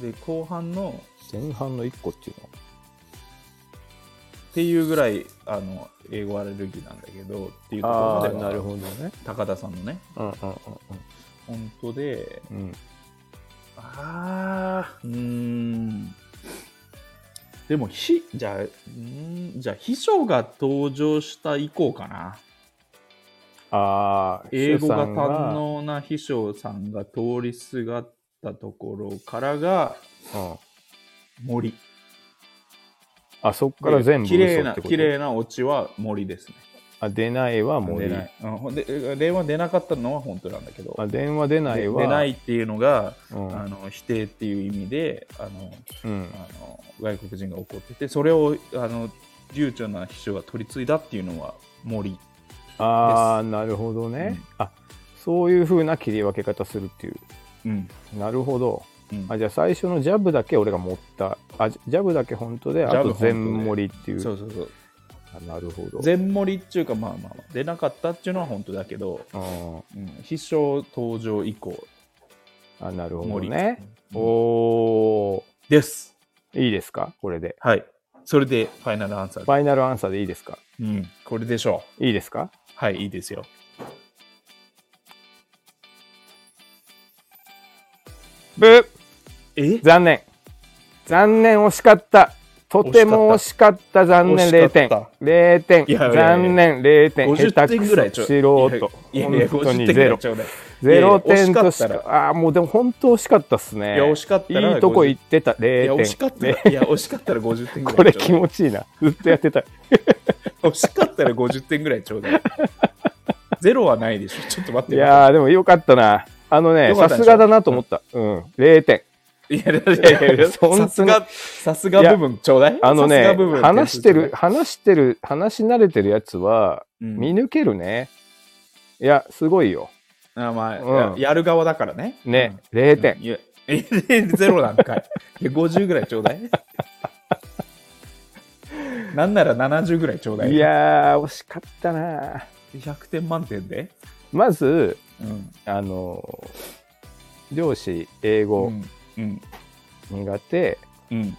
A: で後半の
B: 前半の一個っていうのは
A: っていうぐらいあの英語アレルギーなんだけどっていうところまでは
B: ほどね
A: 高田さんのね
B: うんうん
A: 本当で
B: うんうん
A: ああうーんでもひじゃあうーんじゃあ秘書が登場した以降かな
B: ああ
A: 英語が堪能な秘書さんが通りすがったところからが
B: うん
A: 森
B: あそっから全部
A: 綺麗
B: 嘘っ
A: な
B: てこと
A: 綺麗なオチは森ですね
B: あ出ないはもうい
A: 出
B: い
A: ない、うんほんでえ電話出なかったのは本当なんだけど
B: あ電話出ない
A: で
B: は
A: 出ないっていうのが
B: うん
A: あの否定っていう意味であの
B: うん
A: あの外国人が怒っててそれをあの流暢な秘書が取り継いだっていうのは森
B: ああなるほどね、あそういうふうな切り分け方するっていう
A: うん、
B: なるほど
A: うん
B: あじゃあ最初のジャブだけ俺が持ったあジジャブだけ本当
A: ジ
B: で
A: ャ
B: あ
A: ブ
B: と全盛りっていう
A: そうそうそう
B: あなるほど
A: 全森っていうかまあまあまあ出なかったっていうのは本当だけど、
B: うん
A: うん、秘書登場以降
B: あなるほど
A: 森
B: ね、
A: うん
B: お
A: です
B: ーいいですかこれで
A: はいそれでファイナルアンサ
B: フ
A: ー、
B: ァイナルアンサーでいいですか
A: うん、これでしょう
B: いいですか
A: はいいいですよ
B: ブー
A: え
B: 残念残念惜しかったとても惜しかった残念0
A: 惜し
B: 点
A: かった
B: 0点
A: いやいやいや
B: 残念0点
A: 50点ぐらい
B: 下手
A: ち
B: く
A: ょい
B: そ素人
A: やいやいや
B: 本当に
A: 50点ぐ
B: ゼ
A: らい
B: ロ
A: ちょうだい
B: ゼロ点とし
A: いやいや惜しかった
B: かあーもうでも本当惜しかったっすね
A: いや惜しかったら
B: いいとこ
A: 50
B: 行ってた0
A: い
B: 点
A: や惜しかったら、いや惜しかったら50点ぐらい
B: これ
A: ちょうだい
B: 気持ちいいな。ずっと やってたい。
A: 欲しかったら50点ぐらいちょうだい。ゼロはないでしょ。ちょっと待っ
B: い
A: てよ。
B: やー、でもよかったな。あのね、
A: よかっ
B: さ
A: た
B: す
A: でしょ
B: がだなと思った。うん、0点。
A: いや、いやいやいや
B: 本当
A: さ
B: に
A: すが、さすが部分ちょうだい。
B: あの
A: さす
B: ね
A: が部分、って
B: 話してる、、話してる、話し慣れてるやつは、
A: うん
B: 見抜けるね。いや、すごいよ。
A: あまあ、
B: うん
A: ややる側だからね。
B: ね、0
A: うん。
B: 点。
A: いや、 えゼロなんかい。いや、50ぐらいちょうだい。なんなら70ぐらいちょうだい。
B: い、やー、惜しかったな。
A: 100点満点で。
B: まず、
A: うん。
B: あのー、上司、英
A: う
B: 語、
A: ん。うん。
B: 苦手、
A: うん。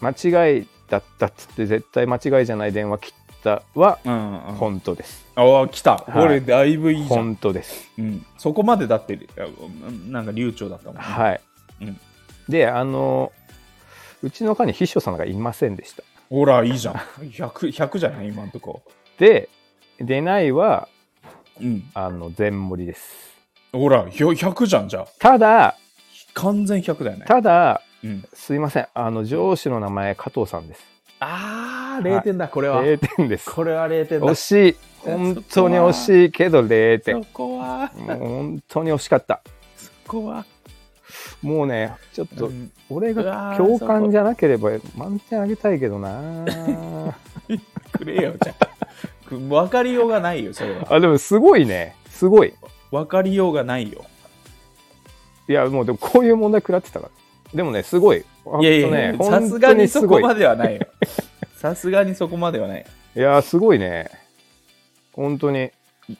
B: 間違いだったっつって、絶対間違いじゃない電話切ったは、
A: うん。うん、
B: 本当です。
A: ああ、来た。こ
B: は
A: れ、
B: い
A: だいぶいいじゃん。
B: 本当です。
A: うん。そこまでだって、いやうんなんか流暢だったもんね。
B: はい、
A: うん
B: であのうちの課に秘書さんがいませんでした
A: ほら、いいじゃん。100, 100じゃない今んとこ。
B: で出ないは
A: うん。
B: あの全盛りです
A: ほら、ひょ100じゃん、じゃあ。
B: ただ
A: 完全100だよね。
B: ただ
A: うん、
B: すいませんあの上司の名前加藤さんです
A: あ
B: ー0
A: 点だ、これ
B: 0点です
A: これは0点
B: 惜
A: そ
B: しい本当に惜しいけど0点
A: こは、
B: もう本当に惜しかった
A: そこは。
B: もうね、
C: ちょっと、
A: うん
B: 俺
A: うわ
B: が
A: ー
B: 共感じゃなければ満点あげたいけどなー。
A: くれよ、じゃあく分かりようがないよ、それは。
B: あ、でもすごいね。すごい。
A: 分かりようがないよ。
B: いや、もうでもこういう問題食らってたから。でもね、すごい。
A: いやいやい
B: あ
A: や
B: と、ね
A: さすがにそこま
B: 本当にす
A: ではないよ。さすがにそこまではない。
B: ごい。いや、すごいね。本当に、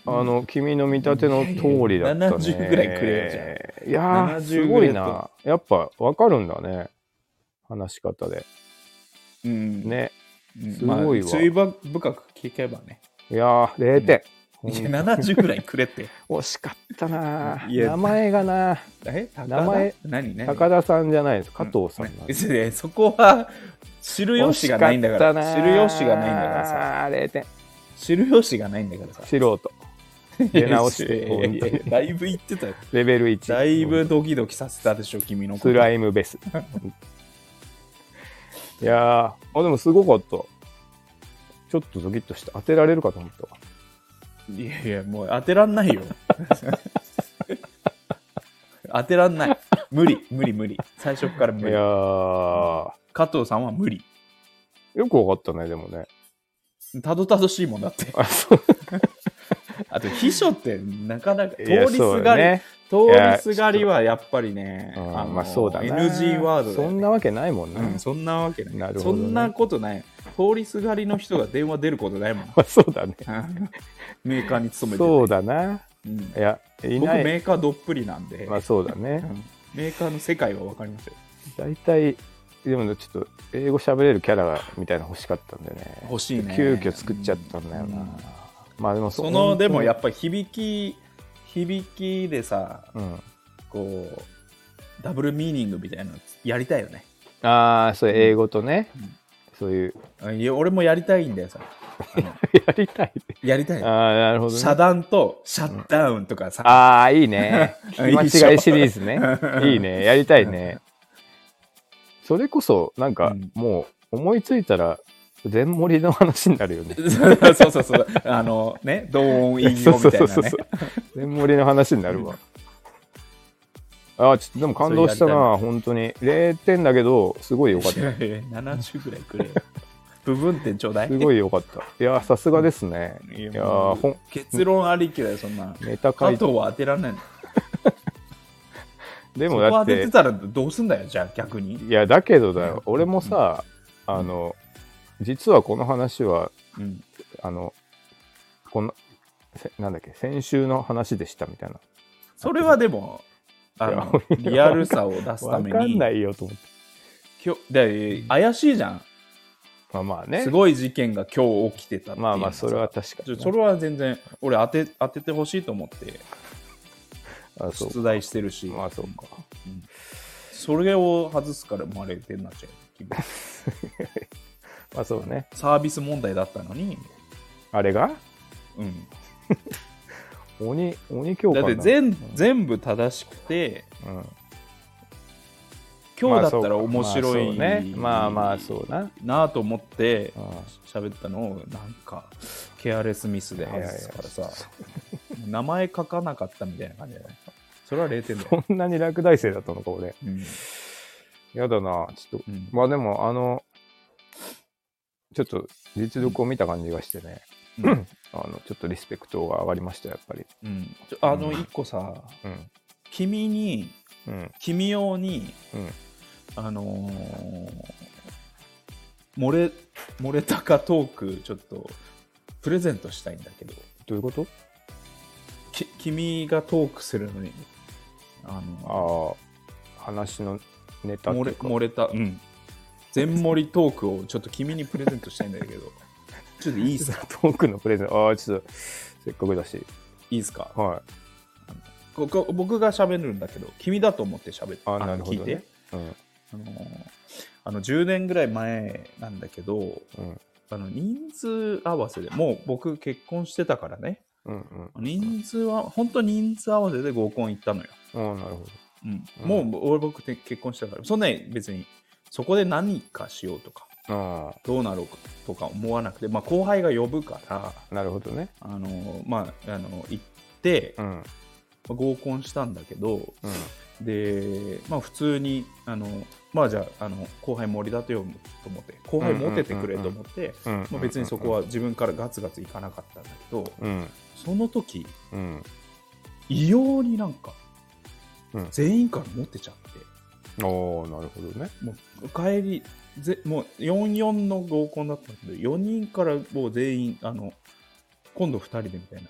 B: あ
A: うん、
B: の、君の見立ての通りだったね。
A: 70ぐらいくれ
B: よ、じゃいやー、す
A: 70
B: ごい
A: ぐらい
B: な。やっぱ、わかるんだね。話し方で。
A: うん、
B: ね。
A: うん、
B: すごいわ
A: まあ注意ば深く聞けばね。
B: いやー、0点。ほん
A: いや70ぐらいくれって。
B: 惜しかったなー。
A: いや
B: 名前がなー。
A: え高
B: 名前
A: 何何
B: 高田さんじゃないです。加
A: うん
B: 藤さんなんで
A: ねいやそこは知る由しがないんだから
B: 惜しったなー
A: 知る由しがないんだからさ
B: あー0点。
A: 知る由しがないんだからさ
B: 素人。出直して
A: いやいやいや
B: 本当に
A: だいぶ言ってたよ
B: レベル1。
A: だいぶドキドキさせたでしょ君のこと
B: スライム ベス。いやー、あ、でもすごかった。ちょっとドキッとして当てられるかと思ったわ。
A: いやいやもう当てらんないよ 当てらんない無理無理無理最初から無
B: い
A: 理
B: やー、
A: 加藤さんは無理
B: よくわかったね、でもね。
A: たどたどしいもんだって
B: あ、そう。
A: あと秘書ってなか なか通
B: いや
A: り
B: そう
A: すがり、
B: ね。
A: 通りすがりはやっぱりね
B: うん
A: の
B: まあそうだな。
A: NG ワードだ
B: そ
A: よね
B: んなわけないもんな。
A: うん、そんなわけない。
B: なる
A: そ
B: ほどね
A: んなことない。通りすがりの人が電話出ることないもん
B: 。まあそうだね。
A: メーカーに勤めてて
B: そうだな。
A: うん
B: いや、い
A: 僕
B: ない。
A: メーカーどっぷりなんで、
B: まあそうだ
A: う
B: ね。
A: んメーカーの世界は分かりますよ。
B: 大体、でもちょっと英語喋れるキャラみたいなの欲しかったんでね。
A: 欲しいね。
B: 急遽作っちゃったんだよな。
A: うん
B: まあでも
A: その、でもや
B: ぱ
A: っぱり響き、響きでさ、
B: うん、
A: こう、ダブルミーニングみたいなのやりたいよね。
B: ああそう英語とね、
A: うん
B: そういう
A: いや俺もやりたいんだよさ。あの
B: やりたい
A: やりたい
B: ああ。なるほど、ね、
A: 遮断とシャッダウンとかさ、
B: ああい いね
A: い
B: 聞
A: いでしょ
B: き間違いシリーズねいいねやりたいねそれこそなんか、
A: うん
B: もう思いついたら全盛りの話になるよね
A: そうそうそう。あのね、同音引用みたいなね。
B: 全盛りの話になるわああちょっとでも感動した
A: それや
B: な本当に0点だけどすごいよかっ
A: い
B: た
A: やいや70ぐらいくれよ。部分点ちょうだい。
B: すごいよかったいやーさすがですねい
A: い
B: や
A: や
B: ー
A: もう
B: ほん
A: 結論ありきだよ、そんな。
B: ネタ
A: 加
B: 書い
A: 藤
B: て
A: は当てられないの。
B: で
A: そ
B: も
A: こ
B: だっ
A: 当て
B: て
A: てたらどうすんだよ、じゃあ逆に。
B: いやだけどだよ俺もさあの実はこの話は
A: うん。
B: あのこのせなんだっけ先週の話でしたみたいな
A: それはでも、あの
B: いや
A: リアルさを出すた
B: わ
A: め
B: かん
A: に。
B: ないよと思って
A: 今日で怪しいじゃん。
B: まあまあね
A: すごい事件が今日起きてたっていうの
B: ま
A: が
B: あ
A: さ
B: まあそれは確か
A: ち
B: に
A: ょ
B: ね
A: それは全然、俺当て当ててほしいと思って
B: あそう
A: 出題してるし。
B: まあそうか
A: それを外すから生まれてになっちゃう気分
B: まあそうね
A: サービス問題だったのに、
B: あれが
A: うん、
B: 鬼鬼教
A: だ
B: 官
A: って全全部正しくて
B: うん
A: 今日だっ
B: まあ
A: たら
B: そう
A: 面白い
B: まあそうねまあまあそうな
A: なあと思って
B: うん
A: 喋ったのをなんかケアレスミスで外すからさ名前書かなかったみたいな感じだよねそれは0点だよ、
B: こんなに落第生だったのか俺
A: うん
B: やだなちょっと
A: うん
B: まあでもあのちょっと実力を見た感じがしてね
A: うん
B: あのちょっとリスペクトが上がりましたやっぱり
A: うんちょあの一個さ
B: うん
A: 君に
B: うん
A: 君用に
B: うん
A: あのー、漏れ漏れたかトークちょっとプレゼントしたいんだけど
B: どういうこと
A: き君がトークするのにあの
B: ああ話のネタって
A: 漏
B: い
A: れ
B: うか
A: 漏れたうん全盛りトークをちょっと君にプレゼントしたいんだけどちょっといいっすか
B: トークのプレゼンああちょっとせっかくだし
A: いいっすか
B: はい
A: ここ僕が喋るんだけど君だと思って喋って
B: あなるほ
A: 聞い
B: どね
A: て
B: うん
A: あのーあの10年ぐらい前なんだけど
B: うん
A: あの人数合わせでもう僕結婚してたからね
B: うん
A: 人数は、本当人数合わせで合コン行ったのよ。
B: うんうんなるほ
A: うん
B: うん
A: もうもう俺僕て結婚したから、そんなに別にそこで何かしようとか、
B: どあ
A: どうなろうかとか思わなくて、まあ、後輩が呼ぶから、
B: あなるほどね
A: あのまあ、あの行って
B: う、ん
A: まあ合コンしたんだけど、
B: うん
A: で、まあ、普通にあの、まあ、じゃああの後輩も俺だとよと思って後輩モテてくれと思って、
B: うん
A: まあ、別にそこは自分からガツガツいかなかったんだけど、
B: うん
A: その時
B: うん
A: 異様になんか、
B: うん
A: 全員からモテちゃって
B: おーなるほどね
A: もう帰りぜもう44の合コンだったんで4人からもう全員あの今度2人でみたいな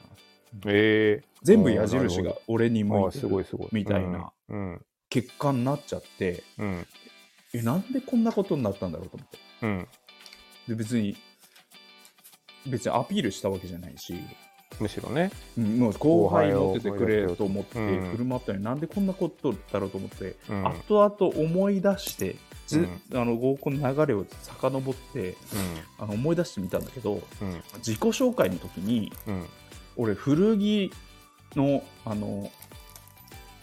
B: ええ
A: 全部矢印
B: なる
A: が俺に
B: あ
A: 向
B: あ
A: いて
B: すごい
A: る
B: すごい
A: みたいな
B: うん
A: 結果になっちゃって、
B: うん
A: えなんでこんなことになったんだろうと思って
B: うん
A: で別に別にアピールしたわけじゃないし、
B: むしろね
A: うんもう後輩乗っててくれと思って
B: 後輩をうん
A: 振る舞ったのになんでこんなことだろうと思って、
B: うん
A: 後々思い出してず、
B: う
A: あの合コンの流れを遡ってあの思い出してみたんだけど
B: うんうん
A: 自己紹介の時に
B: うん
A: 俺古着のあの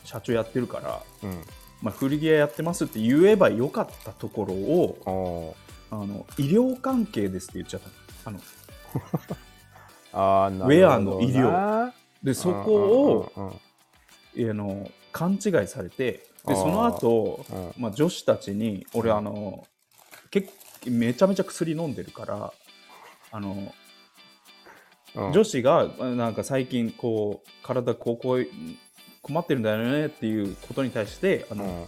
A: 社長やってるから、
B: うん
A: まあ、古着屋やってますって言えばよかったところを
B: あー
A: あの医療関係ですって言っちゃったのあの
B: あーなるほどな
A: ウェアの医療で
B: うん
A: そこを
B: うんうん
A: あの勘違いされて
B: あ
A: で
B: ー
A: その後、
B: うん
A: まあ女子たちに俺あの結めちゃめちゃ薬飲んでるからあの
B: うん
A: 女子があなんか最近こう体こうこう困ってるんだよねっていうことに対してあ
B: う
A: の、
B: ん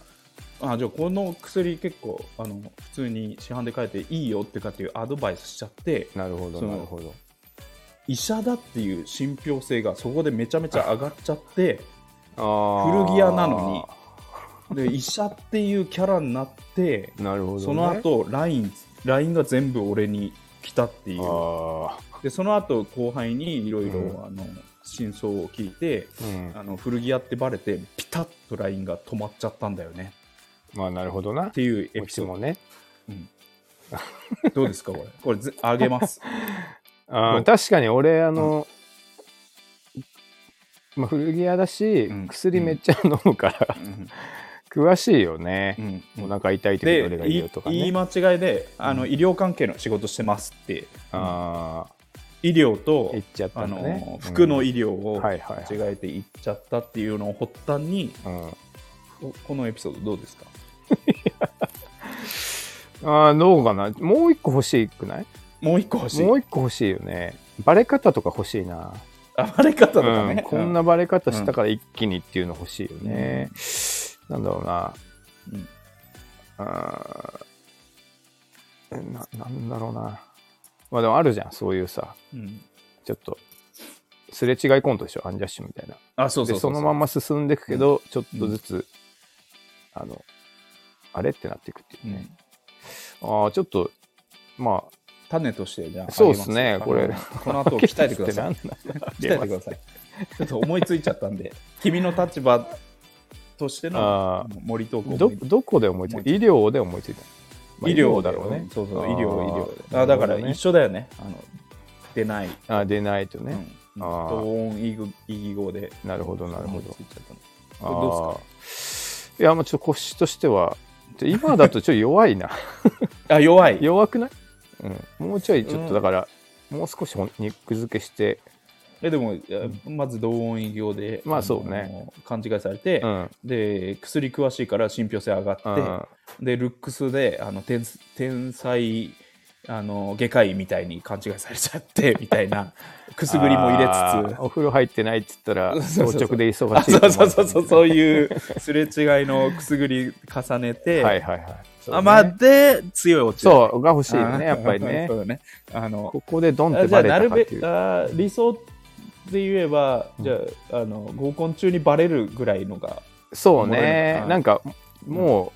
A: あじゃあこの薬結構あの普通に市販で買えていいよってかっていうアドバイスしちゃって
B: なるほど
A: その
B: なるほど
A: 医者だっていう信憑性がそこでめちゃめちゃ上がっちゃって古
B: 古
A: 着屋なの で医者っていうキャラになって
B: になるほど、ね、
A: その後 LINE LINE が全部俺に来たっていう
B: あ
A: でその後後輩にいろい
B: うん
A: ろあの真相を聞いて、
B: ー、うん、
A: あの古着屋ってバレてピタッと LINE が止まっちゃったんだよね
B: まあなるほどな
A: っていうエ
B: う
A: ピ
B: ち
A: ソー
B: もね
A: ドどうですかこれこれぜあげ ます
B: あ
A: ど
B: ー
A: う
B: 確かに俺あの、まあ、古着屋だし、
A: うん
B: 薬めっちゃ飲むから、
A: うん
B: 詳しいよね
A: う、ん
B: お腹痛い時
A: で
B: どれがいい
A: い
B: よとか
A: 言い
B: ね
A: 間違いであの、
B: うん
A: 医療関係の仕事してますって
B: あ
A: 医療
B: あ
A: と
B: 言っちゃった
A: あ
B: んだ
A: の、
B: ねうん
A: 服の医療を
B: はいはいはい
A: 間違えていっちゃったっていうのを発端に、
B: うん、あ
A: ここのエピソードどうですか
B: あーどうかなもう一個欲しくない
A: もう一個欲しい
B: もう一個欲しいよねバレ方とか欲しいな
A: 暴れ方とか
B: うん
A: ね、
B: こんなバレ方したから一気にっていうの欲しいよね、なんだろうな
A: うん
B: あーななんだろうなまあでもあるじゃんそういうさ
A: うん
B: ちょっとすれ違いコントでしょアンジャッシュみたいな
A: あそうそう
B: で
A: そ
B: そうのまま進んでいくけど、ちょっとずつ、あのあれってなっていくっていううんね、ああちょっとま
A: 種としてじゃあ
B: あそうですね
A: あ
B: これ
A: げますこの後鍛えてください
B: い
A: 鍛えてくださいちょっと思いついちゃったんで君の立場としての
B: あ
A: 森トーク
B: ど
A: を思い
B: どこで思いついた医療で思いついた、まあ
A: 医療
B: だろうね
A: そうそう医療医療
B: あー
A: あだか
B: な
A: ら
B: るほどね
A: 一緒だよねあの出ない、
B: あー出ないと
A: う
B: ね、
A: ん、
B: あー
A: 同音異義異義語で
B: なるほどなるほ
A: 思い
B: ど
A: ついちゃったの
B: あ
A: ど
B: あいやもうちょっと腰としてはちょ今だとちょっと弱いな
A: あ弱い
B: 弱くない、うん、もうちょいちょっとだから、もう少しほん肉付けして、
A: えでもいやまず同音異義語で
B: まあそうね
A: あの勘違いされて、
B: うん
A: で薬詳しいから信憑性上がって、
B: うん
A: でルックスであの天天才あの外科医みたいに勘違いされちゃって みたいなくすぐりも入れつ
B: あーお風呂入ってないっつった ら
A: そうそう
B: 当
A: そう
B: 直で忙しいと思
A: つあそうそうそうそうそう
B: う
A: いうすれ違いのくすぐり重ねて、
B: はいはいはいそうね
A: あまあで強い落ちだ
B: そうが欲しいよねやっぱり
A: あー
B: ね
A: そうだねあの
B: ここでドンっ
A: あ
B: て
A: じゃ
B: バ
A: あ
B: レ
A: な
B: た
A: る
B: かっ
A: べ
B: てい
A: く
B: う
A: あー理想で言えば、
B: うん
A: じゃああの合コン中にバレるぐらいのが
B: そう
A: 漏れる
B: ね
A: の
B: なんかもう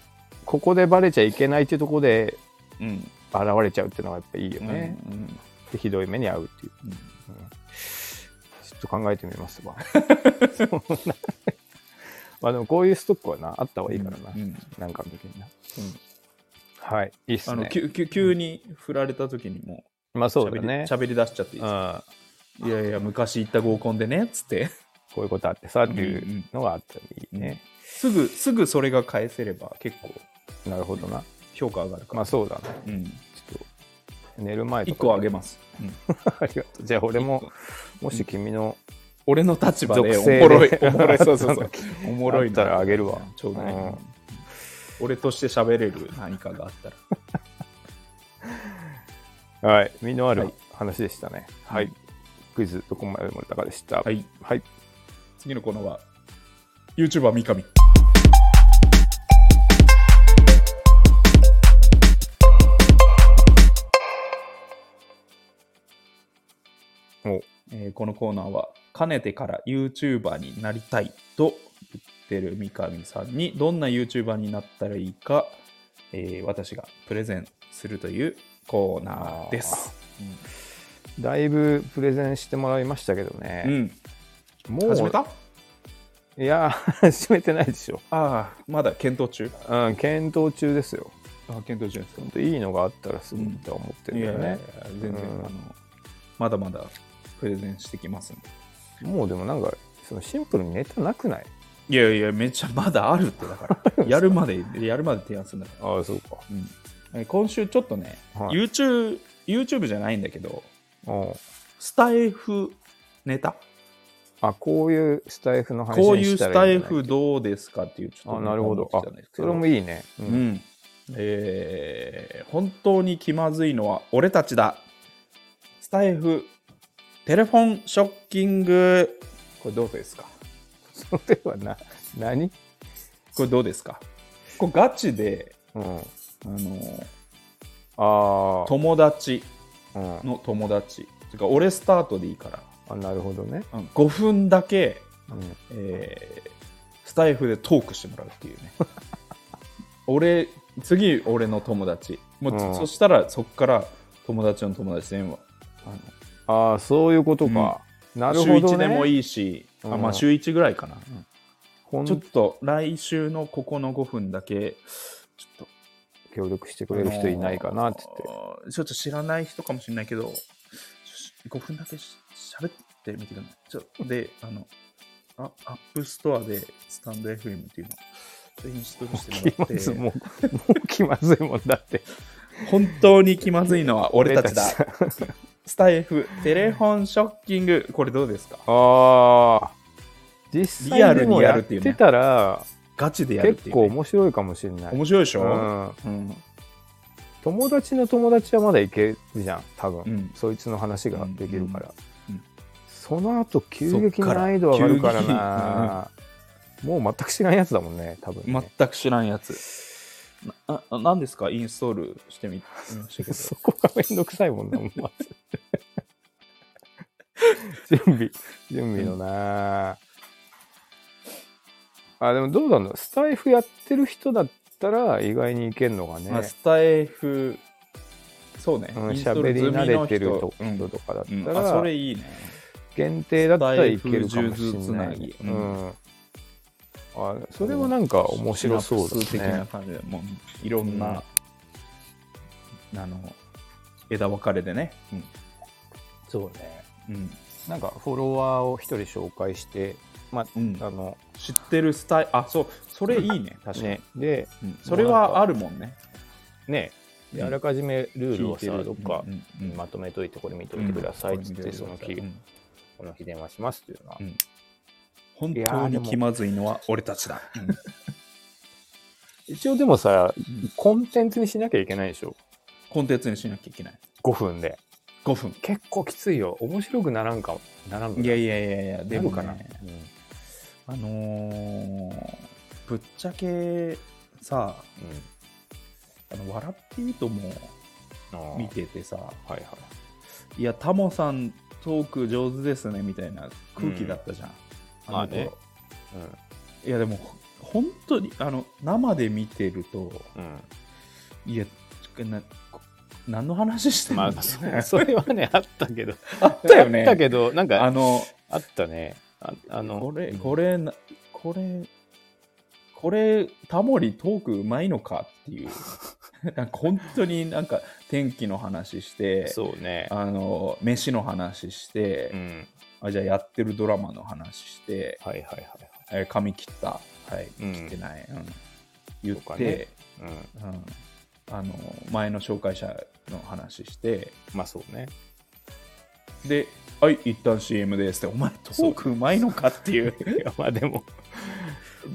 B: ここでバレちゃいけないっていうところで
A: うん、
B: 現れちゃうっていうのがやっぱいいよね、
A: うんうん
B: でひどい目に遭うっていう
A: うん
B: ちょっと考えてみま すわ。 まあでもこういうストックはな、あった方がいいからな。
A: うん
B: なんか見てな。はい、いいっす
A: あの
B: ね。
A: 急急急に振られた時にも
B: まあそう
A: 喋
B: だ
A: り,、
B: ね。
A: 喋り出しちゃっていいです
B: うん、
A: いやいや昔行った合コンでねっつって
B: こういうことあってさっていうのがあったらいいね。
A: すぐすぐそれが返せれば結構
B: なるほどな。
A: 評価上がるから、
B: まあそうだね。
A: うん、
B: ちょっと寝る前と
A: 1
B: か。
A: 個あげます、
B: ありがとう。じゃあ俺も、もし君の
A: 俺の立場で
B: 属
A: お
B: 性
A: もろい
B: で
A: おもろい そうそうそ
B: そう
A: おもろい
B: あっ
A: な
B: たらあげるわ
A: ちょうどね、
B: うん
A: 俺として喋れる何かがあったら
B: はい、身のあ
A: は
B: る
A: い
B: 話でしたね。
A: は
B: はいい。クイズ、どこまでもたかでした。
A: はい
B: はい。
A: 次のコーナーは YouTuber 三上
B: お
A: えーこのコーナーはかねてから YouTuber になりたいと言ってる三上さんにどんな YouTuber になったらいいか、えー私がプレゼンするというコーナーです。
B: だいぶプレゼンしてもらいましたけど
A: う
B: ね。
A: ん、
B: もう
A: 始めた
B: いや、 始めてないでしょ。
A: ああまだ検討中
B: うん、検討中ですよ。
A: あ検討中ですか
B: ほんといいのがあったらすごいとは思ってる
A: い
B: け
A: や
B: ど
A: いやいや
B: ね。
A: 全然、
B: うん
A: あのまだまだプレゼンしてきますんで
B: もうでもなんか、そのシンプルにネタなくない
A: いやいやめっちゃまだあるってだから やるまでやるまで提案するんだか
B: ああ、そうか。
A: ら、うんえ、今週ちょっとね、
B: はい
A: YouTube, YouTube じゃないんだけど
B: うん
A: スタイフネタ
B: あ、こういうスタイフの話
A: こういうスタイ
B: フ
A: フどうですかっていうちょっと
B: あ、なるほど。
A: 考え
B: あ
A: てきたんです、け
B: そ
A: ど
B: れもいいね。う。
A: うんんえー本当に気まずいのは俺たちだスタイフテレフォンショッキングこれどうですか
B: それはな、何
A: これどうですかこれガチで
B: うん。
A: あの
B: ああ。
A: 友達
B: うん
A: の友達てか俺スタートでいいから、
B: あ、なるほどね。
A: うん、5分だけ、
B: うん。
A: えースタイフでトークしてもらうっていう ね俺次俺の友達もう、
B: うん
A: そしたらそっから友達の友達電話あの
B: ああそういうことか、なるほど、ね、
A: 週1でも
B: い
A: いいし、あま
B: う
A: あ
B: ん
A: 週1ぐらいかな、
B: ほん
A: ちょっと来週のここの5分だけちょっと
B: 協力してくれる人いないかなって言って、
A: あのちょっと知らない人かもしれないけど、5分だけしゃべってみてください。ちょで、あの、あアップストアでスタンド FM っていうのをインストールしてもら
B: 気まずい
A: って、
B: もうもう気まずいもんだって
A: 本当に気まずいのは俺たちだ。
B: 俺たち
A: スタイフ、テレフォンショッキング、これどうですか
B: ああ実
A: リア
B: 際
A: ル
B: で
A: に
B: も
A: や
B: や
A: るっ
B: って
A: いうね
B: てたら
A: ガチでやるって
B: 結
A: いうね、
B: 構面白いかもしれない、
A: 面白いでし
B: う
A: ょ、
B: ん、
A: うん
B: 友達の友達はまだいけるじゃん多分、
A: うん
B: そいつの話ができるから、
A: うんうん
B: その後急激に難易度上がるからなもう全く知らんやつだもんね多分ね、
A: 全く知らんやつ。なあ何ですかインストールしてみみましたけど。
B: そこがめんどくさい もんな、まず。準備、準備のなあ。あ、でもどうなんだろうスタイフやってる人だったら意外にいけるのがね。
A: まあ、スタイフ、そうね、
B: うん
A: インストー
B: 喋
A: ル
B: り
A: 済みの
B: 慣
A: 人
B: れてると
A: うん
B: 人とかだっ
A: うん
B: た
A: あそ
B: ら
A: れ、いいね。
B: 限定だったらいけるかもし
A: スタイフ
B: れ
A: 数珠つ
B: な
A: ないぎ
B: ね。
A: う
B: うんん。あそれはなんか面白そう
A: シナプス
B: だ
A: 的な
B: ね。
A: 感じで、もういろんな、あの、枝分かれでね。うん
B: そうね。
A: うん
B: なんかフォロワーを一人紹介して、ま
A: うん
B: あ、あの、
A: 知ってるスタイあ、そう、それいいね、確かに。
B: ね、で、
A: うんそれはあるもんね。
B: ねで
A: うん
B: あらかじめルールをさ
A: 聞いてる
B: どっか
A: うんうんうん
B: まとめといてこれ見といてくださいっつって、その日、
A: うん
B: この日電話しますっていうのは、
A: うん本
B: いや
A: 当
B: ーで
A: に
B: も
A: 気まずいのは俺たちだ。うん
B: 一応でもさ
A: ん
B: コンテンツにしなきゃいけないでしょ
A: コンテンツにしなきゃいけない。
B: 5分で
A: 5分。
B: 結構きついよ面白くならんかもならんの
A: いやいやいやいや、で
B: な
A: も
B: る
A: ね
B: かな、うん
A: あのーぶっちゃけさ、
B: うん
A: あの笑っていいとも
B: あー
A: 見ててさ、
B: はいはい
A: いや、タモさんトーク上手ですねみたいな空気だったじゃん。
B: うんまあね
A: の頃いや、でも、本当に、あの、生で見てると、
B: うん、 うん
A: いや、なこ何の話してんの、
B: まあそ れそれはねあったけど
A: あったよ
B: あった
A: ね。
B: けどなん
A: あ
B: か
A: の、
B: あったねああの
A: これ、
B: うん
A: これ、なこれ、これ、タモリトークうまいのかっていう、 なんか本当になんか天気の話して、
B: そうね
A: あの飯の話して
B: う、ん
A: あ、じゃあやってるドラマの話して、
B: はいはいはい
A: えー髪切った、はい、
B: うん
A: 切ってない、うん言っ
B: とか
A: て
B: ね、うん
A: うんあの、前の紹介者の話して、
B: まあそうね
A: で、はい、一旦 CM ですって、お前トークうまいのかって いう、
B: いやまあでも、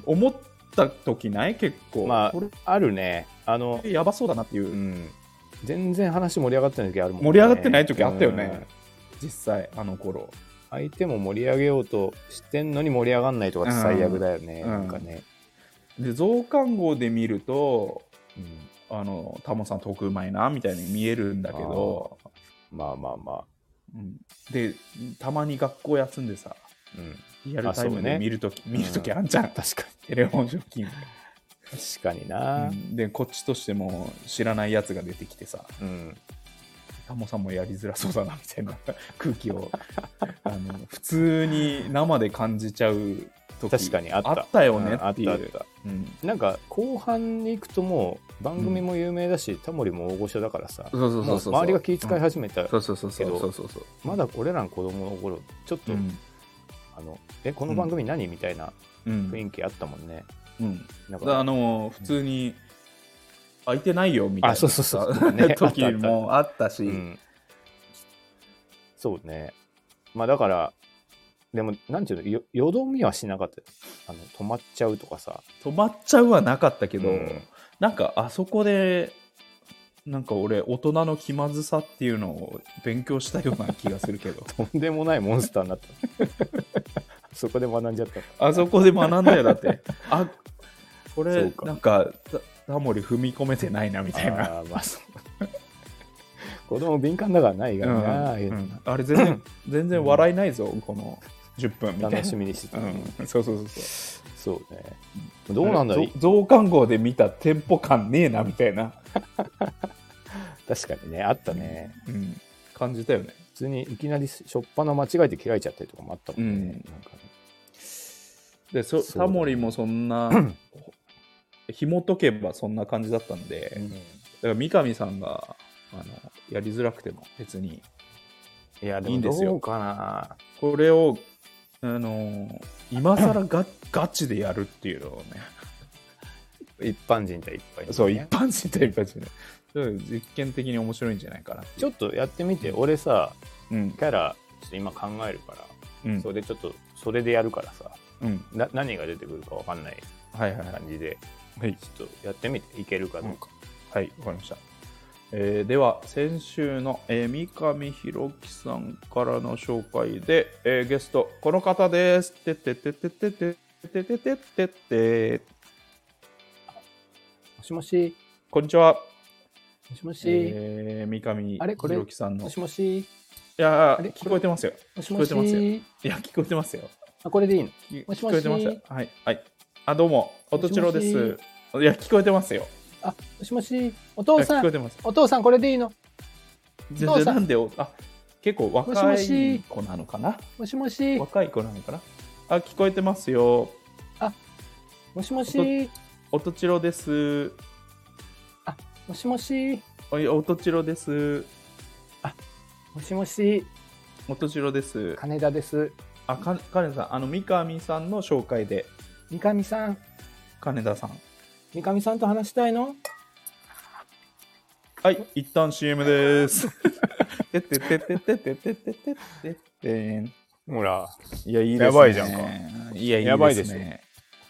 A: 思った時ない結構。
B: ま
A: こ
B: あ、あるね。あの、
A: れやばそうだなっていう。
B: うん。全然話盛り上がってない時あるもんね。
A: 盛り上がってない時あったよね
B: うん
A: 実際、あの頃。
B: 相手も盛り上げようとしてんのに盛り上がんないとかって最悪だよね。
A: うん
B: なんかね。
A: で、増刊号で見ると、
B: うん
A: あの、タモさんトークうまいな、みたいに見えるんだけど、
B: まあまあまあ。
A: うんで、たまに学校休んでさ、
B: うん。
A: リアルタイム
B: あそ
A: で
B: うね
A: 見るとき、見るときあんじゃ ん、
B: 確か
A: テレフォンショッキング。
B: に。確かにな。
A: うんで、こっちとしても知らないやつが出てきてさ、
B: うん。
A: タモさんもやりづらそうだなみたいな 空気をあの普通に生で感じちゃう時
B: 確かにあった
A: よねっていう、
B: う
A: う
B: んあ
A: ん
B: ったあったなんか後半に行くともう番組も有名だし、タモリも大御所だからさ、
A: そうそうそうそう
B: もう周りが気遣い始めた、
A: そうそうそうそう
B: けど
A: そうそうそう、
B: まだ俺らの子供の頃ちょっと、
A: うん
B: あのえこの番組何、みたいな
A: うん
B: 雰囲気あったもんね。
A: うん、
B: な
A: だ
B: ん
A: から
B: か
A: あの普通に空いてないよみたいな
B: あそうそうそう ね
A: 時もあったし、
B: うん、そうね。まあだからでもなんていうのよよどみはしなかったよあの止まっちゃうとかさ。
A: 止まっちゃうはなかったけど、
B: うん
A: なんかあそこでなんか俺大人の気まずさっていうのを勉強したような気がする けど
B: とんでもないモンスターになった。 そこで学んじゃった。
A: あそこで学んだよ、だって。あこ
B: そ
A: れ
B: う、か
A: なんか、タタモリ踏み込めてないな、みたいな。
B: あーまあそう子供敏感だからないが
A: うん
B: な、ああい
A: う
B: うの
A: んあれ、全然、全然笑えないぞ、この10分みたいな。
B: 楽しみにしてたのに、
A: うん、そうそうそうそ
B: そうね
A: う。
B: どうなんだろう
A: ぞ増刊号で見たテンポ感ねえな、みたいな、
B: 確かにねあったね
A: うん、感じたよね。
B: 普通にいきなりしょっぱな間違えて切られちゃったりとかもあったもんね、
A: う
B: なんかね
A: で、そ
B: そうだ
A: タ
B: ね
A: モリもそん な、紐解けばそんな感じだったんで、だから三上さんが、あのやりづらくても別に
B: いやで
A: いいん
B: も
A: ですよ
B: どうかな
A: これを、あのー今更 がガチでやるっていうのをね、
B: 一般人対一般人、ね、
A: そう、一般人対一般人でそう実験的に面白いんじゃないかなって
B: ちょっとやってみて俺さ
A: うん
B: キ、ャラちょっと今考えるから、
A: うん
B: そ、れでちょっとそれでやるからさ
A: うん、
B: な何が出てくるかわかんない
A: はいはいはい。
B: 感じで
A: はい、
B: ちょっとやってみていけるかどうか、
A: はい、わかりました。えーでは、先週の、えー三上弘樹さんからの紹介で、えーゲスト、この方です。てってってってってってってってってってって、
B: もしもし
A: こんにちは。
B: もしもし、
A: えー三上
B: あれこれ
A: 弘樹さんの。
B: も
A: い
B: しもし
A: や
B: あれ
A: ー、聞こえてますよ。
B: もしもし
A: 聞こえてますよいや、聞こえてますよ。
B: あこれでいいの
A: き
B: もし
A: 聞
B: もし
A: こえてました。はい。はい。あ、どうも。おとちろです。いや、聞こえてますよ。
B: あもしもしお
A: い
B: 父
A: や聞
B: さ
A: こえ
B: ん
A: てます。
B: お父さんこれでいいの
A: 全
B: お父
A: 然
B: さん
A: なんでお、あ、結構
B: もしも
A: 若い
B: し
A: 子なのかな
B: もしもし
A: 若い子なのかなあ、聞こえてますよ。
B: もしもし
A: おとちろです。
B: もしもし
A: おいおとちろです。
B: もしもし
A: おとちろです。
B: 金田です
A: あ、か金田さん、あの、三上さんの紹介で、
B: 三上さん
A: 金田さん。
B: 三上さんと話したいの
A: はい、一旦 CM です。てってってってってってってってってってん。
B: ほら
A: いや、いいですね。
B: やばいじゃんか
A: いや、いいですね。
B: やばいですよ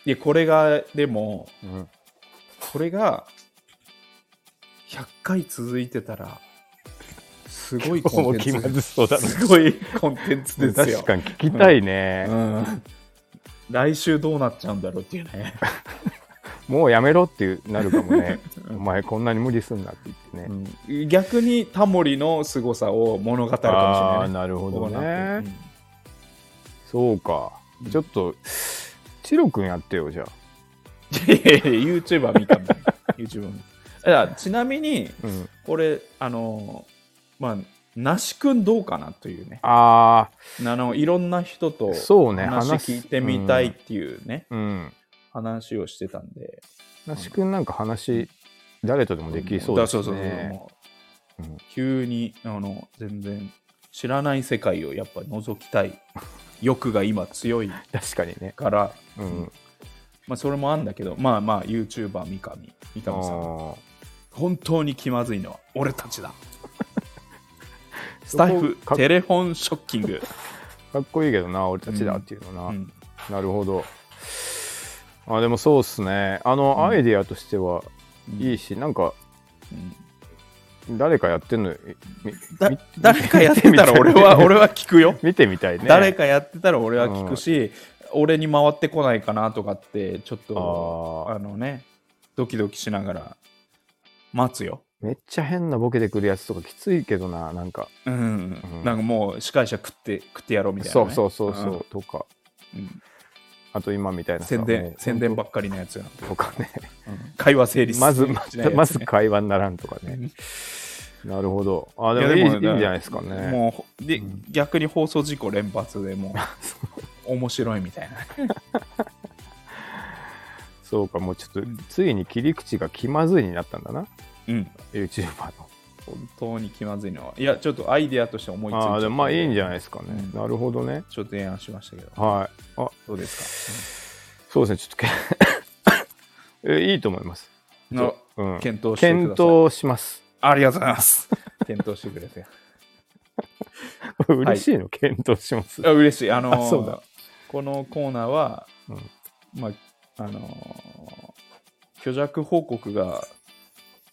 A: いや、これが、でも、
B: うん
A: これが、100回続いてたら、すごいコンテンツ。
B: そうだ
A: すごいコンテンツですよ。
C: 確かに聞きたいね、
A: うん。来週どうなっちゃうんだろうっていうね。
C: もうやめろってなるかも ね
A: う
C: お
A: ん
C: 前こんなに無理すんなって言ってね、
A: うん逆にタモリの凄さを物語るかもしれな
C: ああ
A: いね。
C: なるほど
A: ここになって
C: ねそうかちょっとチロ君やってよじゃあ
A: うんいやいやいや YouTuber 三上。YouTuber 三上い やちなみに、
C: うん、
A: これあのまあ那須君どうかなというね
C: あ
A: あのいろんな人と
C: そうね
A: 話
C: 話す
A: 聞いてみたいっていうね、
C: ーうん
A: 話をしてたんで
C: 那須君なんか話誰とでもできそうです
A: だからそうそうそう
C: ね
A: もう
C: うん
A: 急にあの全然知らない世界をやっぱ覗きたい欲が今強い
C: 確かにね
A: から、
C: うん
A: まあ、それもあんだけどまあまあ YouTuber 三上三上さん
C: あー
A: 本当に気まずいのは俺たちだスタイフ
C: かっ
A: テレフォンショッキング、
C: かっこいいけどな、俺たちだっていうのな。
A: うん
C: なるほど。あでもそうっすね。あの、
A: うん
C: アイディアとしては
A: うん
C: いいし、なんか
A: うん
C: 誰かやってんのみ
A: だ
C: み
A: 誰かやってたら俺は俺は聞くよ、
C: 見てみたいね。
A: 誰かやってたら俺は聞くし、俺に回ってこないかなとかってちょっと
C: あ
A: あ
C: あ
A: のねドキドキしながら待つよ
C: めっちゃ変なボケてくるやつとかきついけどな、なんか。
A: うん、
C: うん
A: なんかもう司会者食って食ってやろうみたいな、
C: そ
A: ね、
C: うそうそうそう、とか。
A: うん、うん
C: あと今みたいなさ
A: 宣
C: も
A: 伝
C: う
A: 宣伝ばっかりのやつや、
C: とか ね。
A: うん会話成立
C: まず、
A: しない
C: ま
A: やつ
C: ず、まず会話にならんとか
A: う
C: ね
A: ん。
C: なるほど。あ、
A: い
C: で
A: や
C: もいい
A: で
C: いい
A: も
C: んじゃ
A: ね
C: ないですかね。
A: もうほで、
C: うん
A: 逆に放送事故連発でも う面白いみたいな
C: そうか、もうちょっと、
A: うん
C: ついに切り口が気まずいになったんだな、
A: うん
C: YouTuber の。
A: 本当に気まずいのはいやちょっとアイデアとして思いついちゃった
C: ああ、でもまあいいんじゃないですかね。
A: うん
C: なるほどね。
A: ちょっと提案しましたけど
C: はい。あ、
A: どうです
C: そうですね、ちょっとけ え、いいと思います。
A: か、の
C: うん、検
A: 検討してください
C: 討します。
A: ありがとうございます 検討してくれて
C: 嬉しいの、検討 しま す。
A: あ嬉しい。あのー
C: あそうだ
A: このコーナーは、
C: うん
A: まあ、あのー虚弱報告が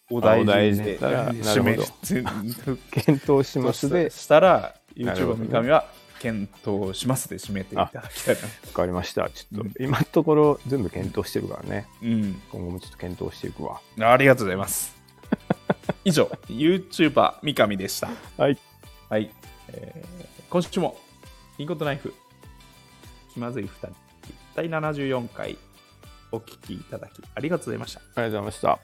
A: お
C: あお
A: 大
C: 大
A: 事
C: 事
A: で
C: にしたらなる
A: 指
C: ほど
A: 名全部
C: 検討しますで、
A: したら、
C: なるほ
A: YouTube
C: どね
A: 三上は検討しますで締めていただきたいな。
C: わかりました。ちょっ
A: うん
C: と、今のところ全部検討してるからね。
A: うん。
C: 今後もちょっと検討していくわ。
A: ありがとうござい ます。以上、YouTuber 三上でした。
C: はい。
A: はい。えー今週も、インコとナイフ、気まずい2人、第74回、お聞きいただき、ありがとうございました。
C: ありがとうございました。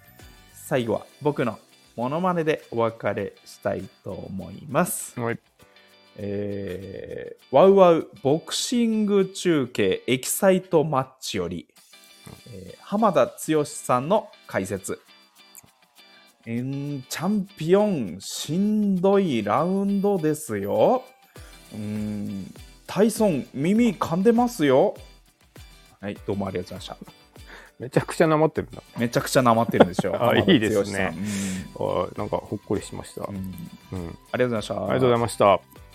A: 最後は、僕のモノマネでお別れしたいと思います。
C: はい。
A: えーワウワウボクシング中継エキサイトマッチより、えー浜田剛さんの解説、えーチャンピオンしんどいラウンドですようーんタイソン耳噛んでますよはいどうもありがとうございまし
C: めちゃくちゃなまってるな。
A: ためちゃくちゃなまってるん ですよ
C: あいいですね
A: 浜田剛さん
C: あーなんかほっこりしました
A: う。んうん
C: うん。
A: ありがとうございました
C: ありがとうございました。